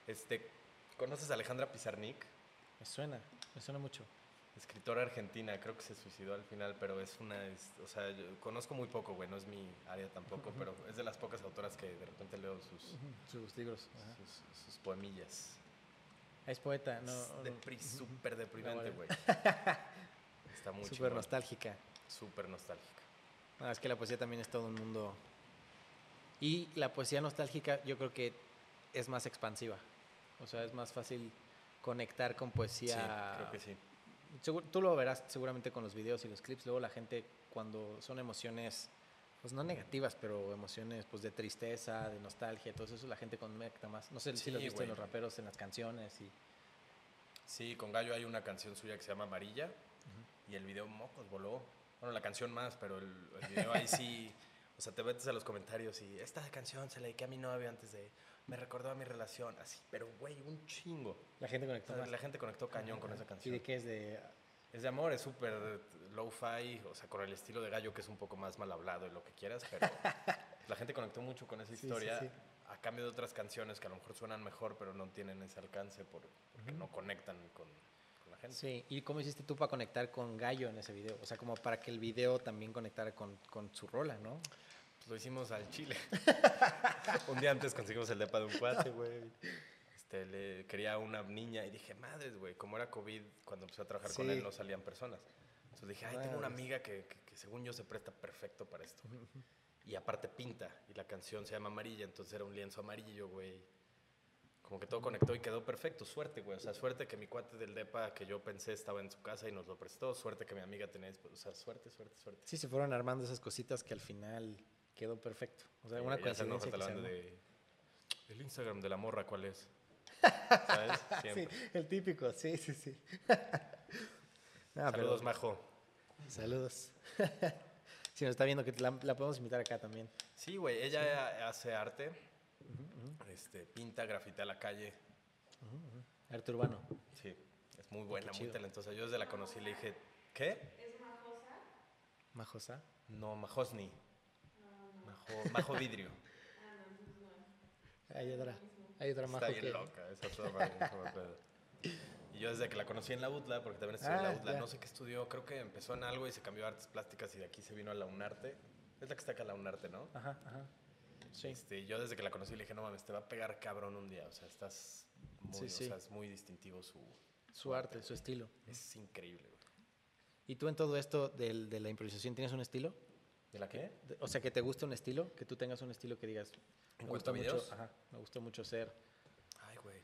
Este, ¿Conoces a Alejandra Pizarnik? Me suena, me suena mucho. Escritora argentina, creo que se suicidó al final, pero es una, es- o sea, yo conozco muy poco, güey, no es mi área tampoco, pero es de las pocas autoras que de repente leo sus, Mm, Sus libros. ajá. sus, sus poemillas. Es poeta, no. es depri- súper deprimente, vale. güey. Está muy Súper chingón, nostálgica. Súper nostálgica. No, es que la poesía también es todo un mundo. Y la poesía nostálgica yo creo que es más expansiva. O sea, es más fácil conectar con poesía. Sí, creo que sí. Segu- tú lo verás seguramente con los videos y los clips. Luego la gente cuando son emociones, pues no negativas, pero emociones pues de tristeza, de nostalgia, todo eso, la gente conecta más. No sé si Sí, lo viste güey. en los raperos, en las canciones y... Sí, con Gallo hay una canción suya que se llama Amarilla y el video Mocos voló. Bueno, la canción más, pero el, el video ahí sí. <laughs> O sea, te metes a los comentarios y esta canción se la dediqué a mi novio antes de. Me recordó a mi relación, así. Pero, güey, un chingo. La gente O conecta sea, más. la gente conectó cañón con esa ¿Y canción. de qué es? De Es de amor, es súper low-fi, o sea, con el estilo de gallo que es un poco más mal hablado y lo que quieras, pero la gente conectó mucho con esa Sí, sí, historia sí. a cambio de otras canciones que a lo mejor suenan mejor, pero no tienen ese alcance por- porque no conectan con, con la gente. Sí, ¿y cómo hiciste tú para conectar con Gallo en ese video? O sea, como para que el video también conectara con, con su rola, ¿no? Pues lo hicimos al chile. <laughs> un día antes conseguimos el depa de un cuate, güey. Este, le quería una niña y dije, madres, güey, como era COVID, cuando empecé a trabajar con Sí. él no salían personas. Entonces dije, ay, tengo una Madres. amiga que, que- que según yo se presta perfecto para esto. güey". Y aparte pinta, y la canción se llama Amarilla, entonces era un lienzo amarillo, güey. Como que todo conectó y quedó perfecto. Suerte, güey. O sea, suerte que mi cuate del depa que yo pensé estaba en su casa y nos lo prestó. Suerte que mi amiga tenía... disp- O sea, suerte, suerte, suerte. Sí, se fueron armando esas cositas que al final quedó perfecto. O sea, una Ya se enoja coincidencia que se hablando armó. de el Instagram de la morra cuál es. ¿Sabes? <laughs> Sí, Siempre. el típico, sí, sí, sí. <laughs> No, Ah, pero- Saludos, majo. Saludos. <laughs> si nos está viendo, que la, la podemos invitar acá también. Sí, güey, ella hace arte. Este, pinta, grafita la calle. Arte urbano. Sí, es muy buena, muy chido. talentosa. Yo desde la conocí le dije, "¿Qué? Majosa. No, Majosni." Majo, Majo Vidrio. Hay otra. Hay otra majo Está bien que- loca, esa chava, esa chava, pero- Y yo desde que la conocí en la UDLA, porque también estudié en la Ah, UDLA, ya. no sé qué estudió, creo que empezó en algo y se cambió a artes plásticas y de aquí se vino a la UNARTE. Es la que está acá la UNARTE, ¿no? Ajá, ajá. Ah, Sí. Este, yo desde que la conocí le dije, no mames, te va a pegar cabrón un día. O sea, estás muy, Sí, o sí. sea, es muy distintivo su... Su arte, su estilo. Es increíble, güey. ¿Y tú en todo esto del- de la improvisación tienes un estilo? ¿De la qué? De- O sea, que te guste un estilo, que tú tengas un estilo que digas. ¿En me gusta cuanto a mucho, videos? ajá, me gusta mucho ser Ay, güey.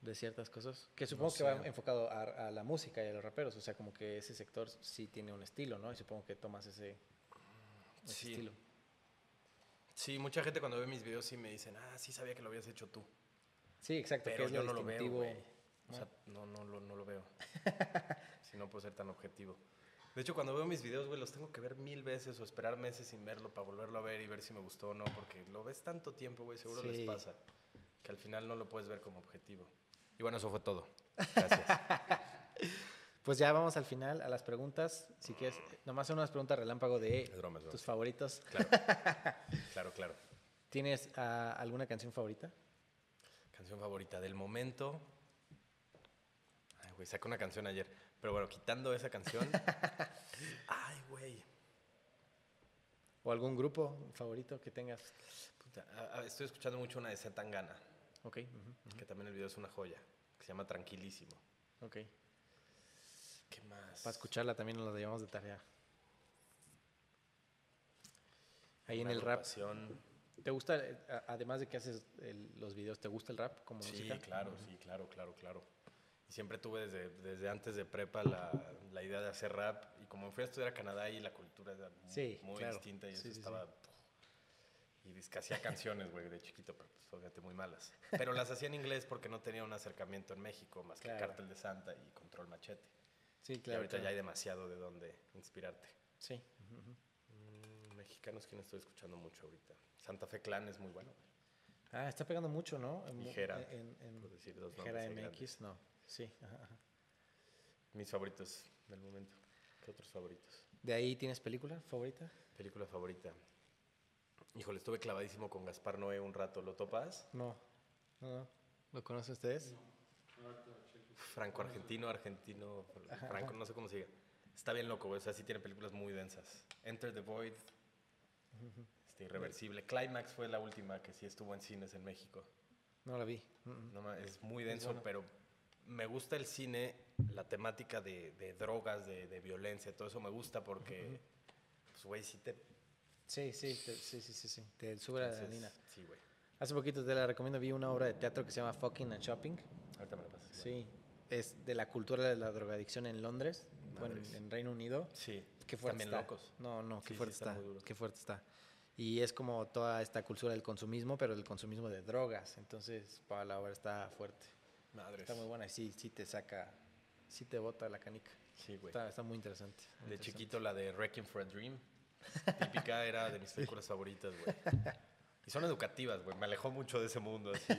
de ciertas cosas. Que supongo que sé. va enfocado a, a la música y a los raperos. O sea, como que ese sector sí tiene un estilo, ¿no? Y supongo que tomas ese, ese Sí. estilo. Sí, mucha gente cuando ve mis videos sí me dicen, ah, sí sabía que lo habías hecho tú. Sí, exacto. que Pero es yo no lo veo, distintivo. güey. O sea, no, no, lo- no lo veo. <laughs> si no puedo ser tan objetivo. De hecho, cuando veo mis videos, güey, los tengo que ver mil veces o esperar meses sin verlo para volverlo a ver y ver si me gustó o no, porque lo ves tanto tiempo, güey, seguro les Sí. pasa, que al final no lo puedes ver como objetivo. Y bueno, eso fue todo. <laughs> Gracias. Pues ya vamos al final a las preguntas. Si quieres, nomás son unas preguntas relámpago de Es broma, es broma. tus favoritos. claro, claro. ¿Tienes ah, alguna canción favorita? Canción favorita del momento. Ay, güey, saqué una canción ayer. Pero bueno, quitando esa <laughs> canción. Ay, güey. ¿O algún grupo favorito que tengas? Puta, a- a- Estoy escuchando mucho una de Z Tangana. Ok, ujú, que también el video es una joya, que se llama Tranquilísimo. ok. ¿Qué más? Para escucharla también nos la llevamos de tarea. Ahí en Una el rap. agrupación. ¿Te gusta, eh, a- además de que haces el- los videos, ¿te gusta el rap como Sí, música? claro, sí, claro, claro, claro. Y siempre tuve desde, desde antes de prepa la, la idea de hacer rap. Y como fui a estudiar a Canadá y la cultura era mu- Sí, muy claro. distinta y Sí, eso sí, sí. estaba... Y disque hacía canciones, güey, de chiquito, pero pues, obviamente muy malas. Pero las hacía en inglés porque no tenía un acercamiento en México más que Claro. Cártel de Santa y Control Machete. Sí, y claro. ahorita claro. ya hay demasiado de donde inspirarte. Sí. ujú, ujú. Mm, Mexicanos que no estoy escuchando mucho ahorita. Santa Fe Clan es muy bueno. Ah, está pegando mucho, ¿no? En- Y Jera, En, en- por decir dos Jera nombres ahí MX, no. Sí. ajá, ajá. Mis favoritos del momento. ¿Qué otros favoritos? ¿De ahí tienes película favorita? Película favorita. Híjole, estuve clavadísimo con Gaspar Noé un rato. ¿Lo topas? No. No, no. ¿Lo conocen ustedes? Franco argentino, argentino, franco, no sé cómo se diga. Está bien loco, güey. O sea, sí tiene películas muy densas. Enter the Void. Este, irreversible. Climax fue la última que sí estuvo en cines en México. No, la vi. Mm, mm. No ma- es muy denso, pero me gusta el cine, la temática de, de drogas, de, de violencia, todo eso me gusta porque, pues, güey, sí te... Sí, sí, te- sí, sí, sí, sí. Te sube la entonces, adrenalina. Sí, güey. Hace poquito te la recomiendo, vi una obra de teatro que se llama Fucking and Shopping. Ahorita me lo pasas. güey. Sí. Es de la cultura de la drogadicción en Londres, bueno, en, Madres. en Reino Unido. Sí. Qué fuerte También está. locos. No, no, Sí, qué sí, fuerte está está. muy duro. qué fuerte está. Y es como toda esta cultura del consumismo, pero el consumismo de drogas. Entonces, para la obra está fuerte. Madres. Está muy buena y sí, sí te saca, sí te bota la canica. Sí, güey. Está, está muy interesante. muy De interesante. chiquito la de Wrecking for a <laughs> Dream. Típica era de mis películas favoritas, güey. Y son educativas, güey. Me alejó mucho de ese mundo, <laughs> así.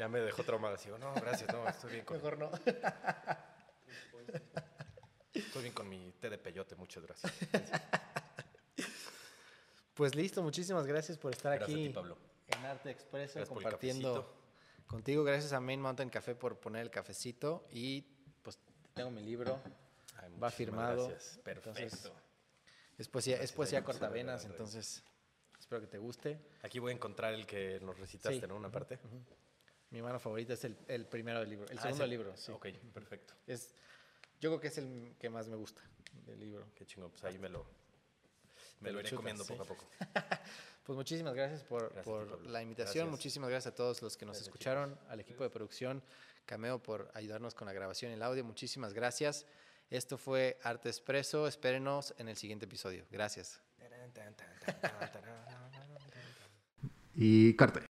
Ya me dejó traumado. Así, no, gracias, no, estoy bien con... Mejor no. <laughs> Estoy bien con mi té de peyote, muchas gracias. Pues listo, muchísimas gracias por estar Gracias a aquí ti, Pablo. en Arte Expreso Gracias por el compartiendo contigo. Gracias a Main Mountain Café por poner el cafecito y pues tengo mi libro. Ay, Va muchísimas firmado. Gracias. Perfecto. Entonces, es poesía, es poesía David. cortavenas, Gracias, David. entonces espero que te guste. Aquí voy a encontrar el que nos recitaste, Sí. ¿no? Una parte. Mi mano favorita es el, el primero del libro, el Ah, segundo ese- libro. sí. Ok, perfecto. Es, yo creo que es el que más me gusta del libro. Qué chingo. Pues ahí me lo, me Ah. Te lo lo iré chutas, comiendo sí. poco a poco. Pues muchísimas gracias por, Gracias a ti, por Pablo. la invitación, Gracias. muchísimas gracias a todos los que nos Gracias, escucharon, al equipo de producción, Cameo por ayudarnos con la grabación y el audio, muchísimas gracias. Esto fue Arte Expreso, espérenos en el siguiente episodio. Gracias. Y corte.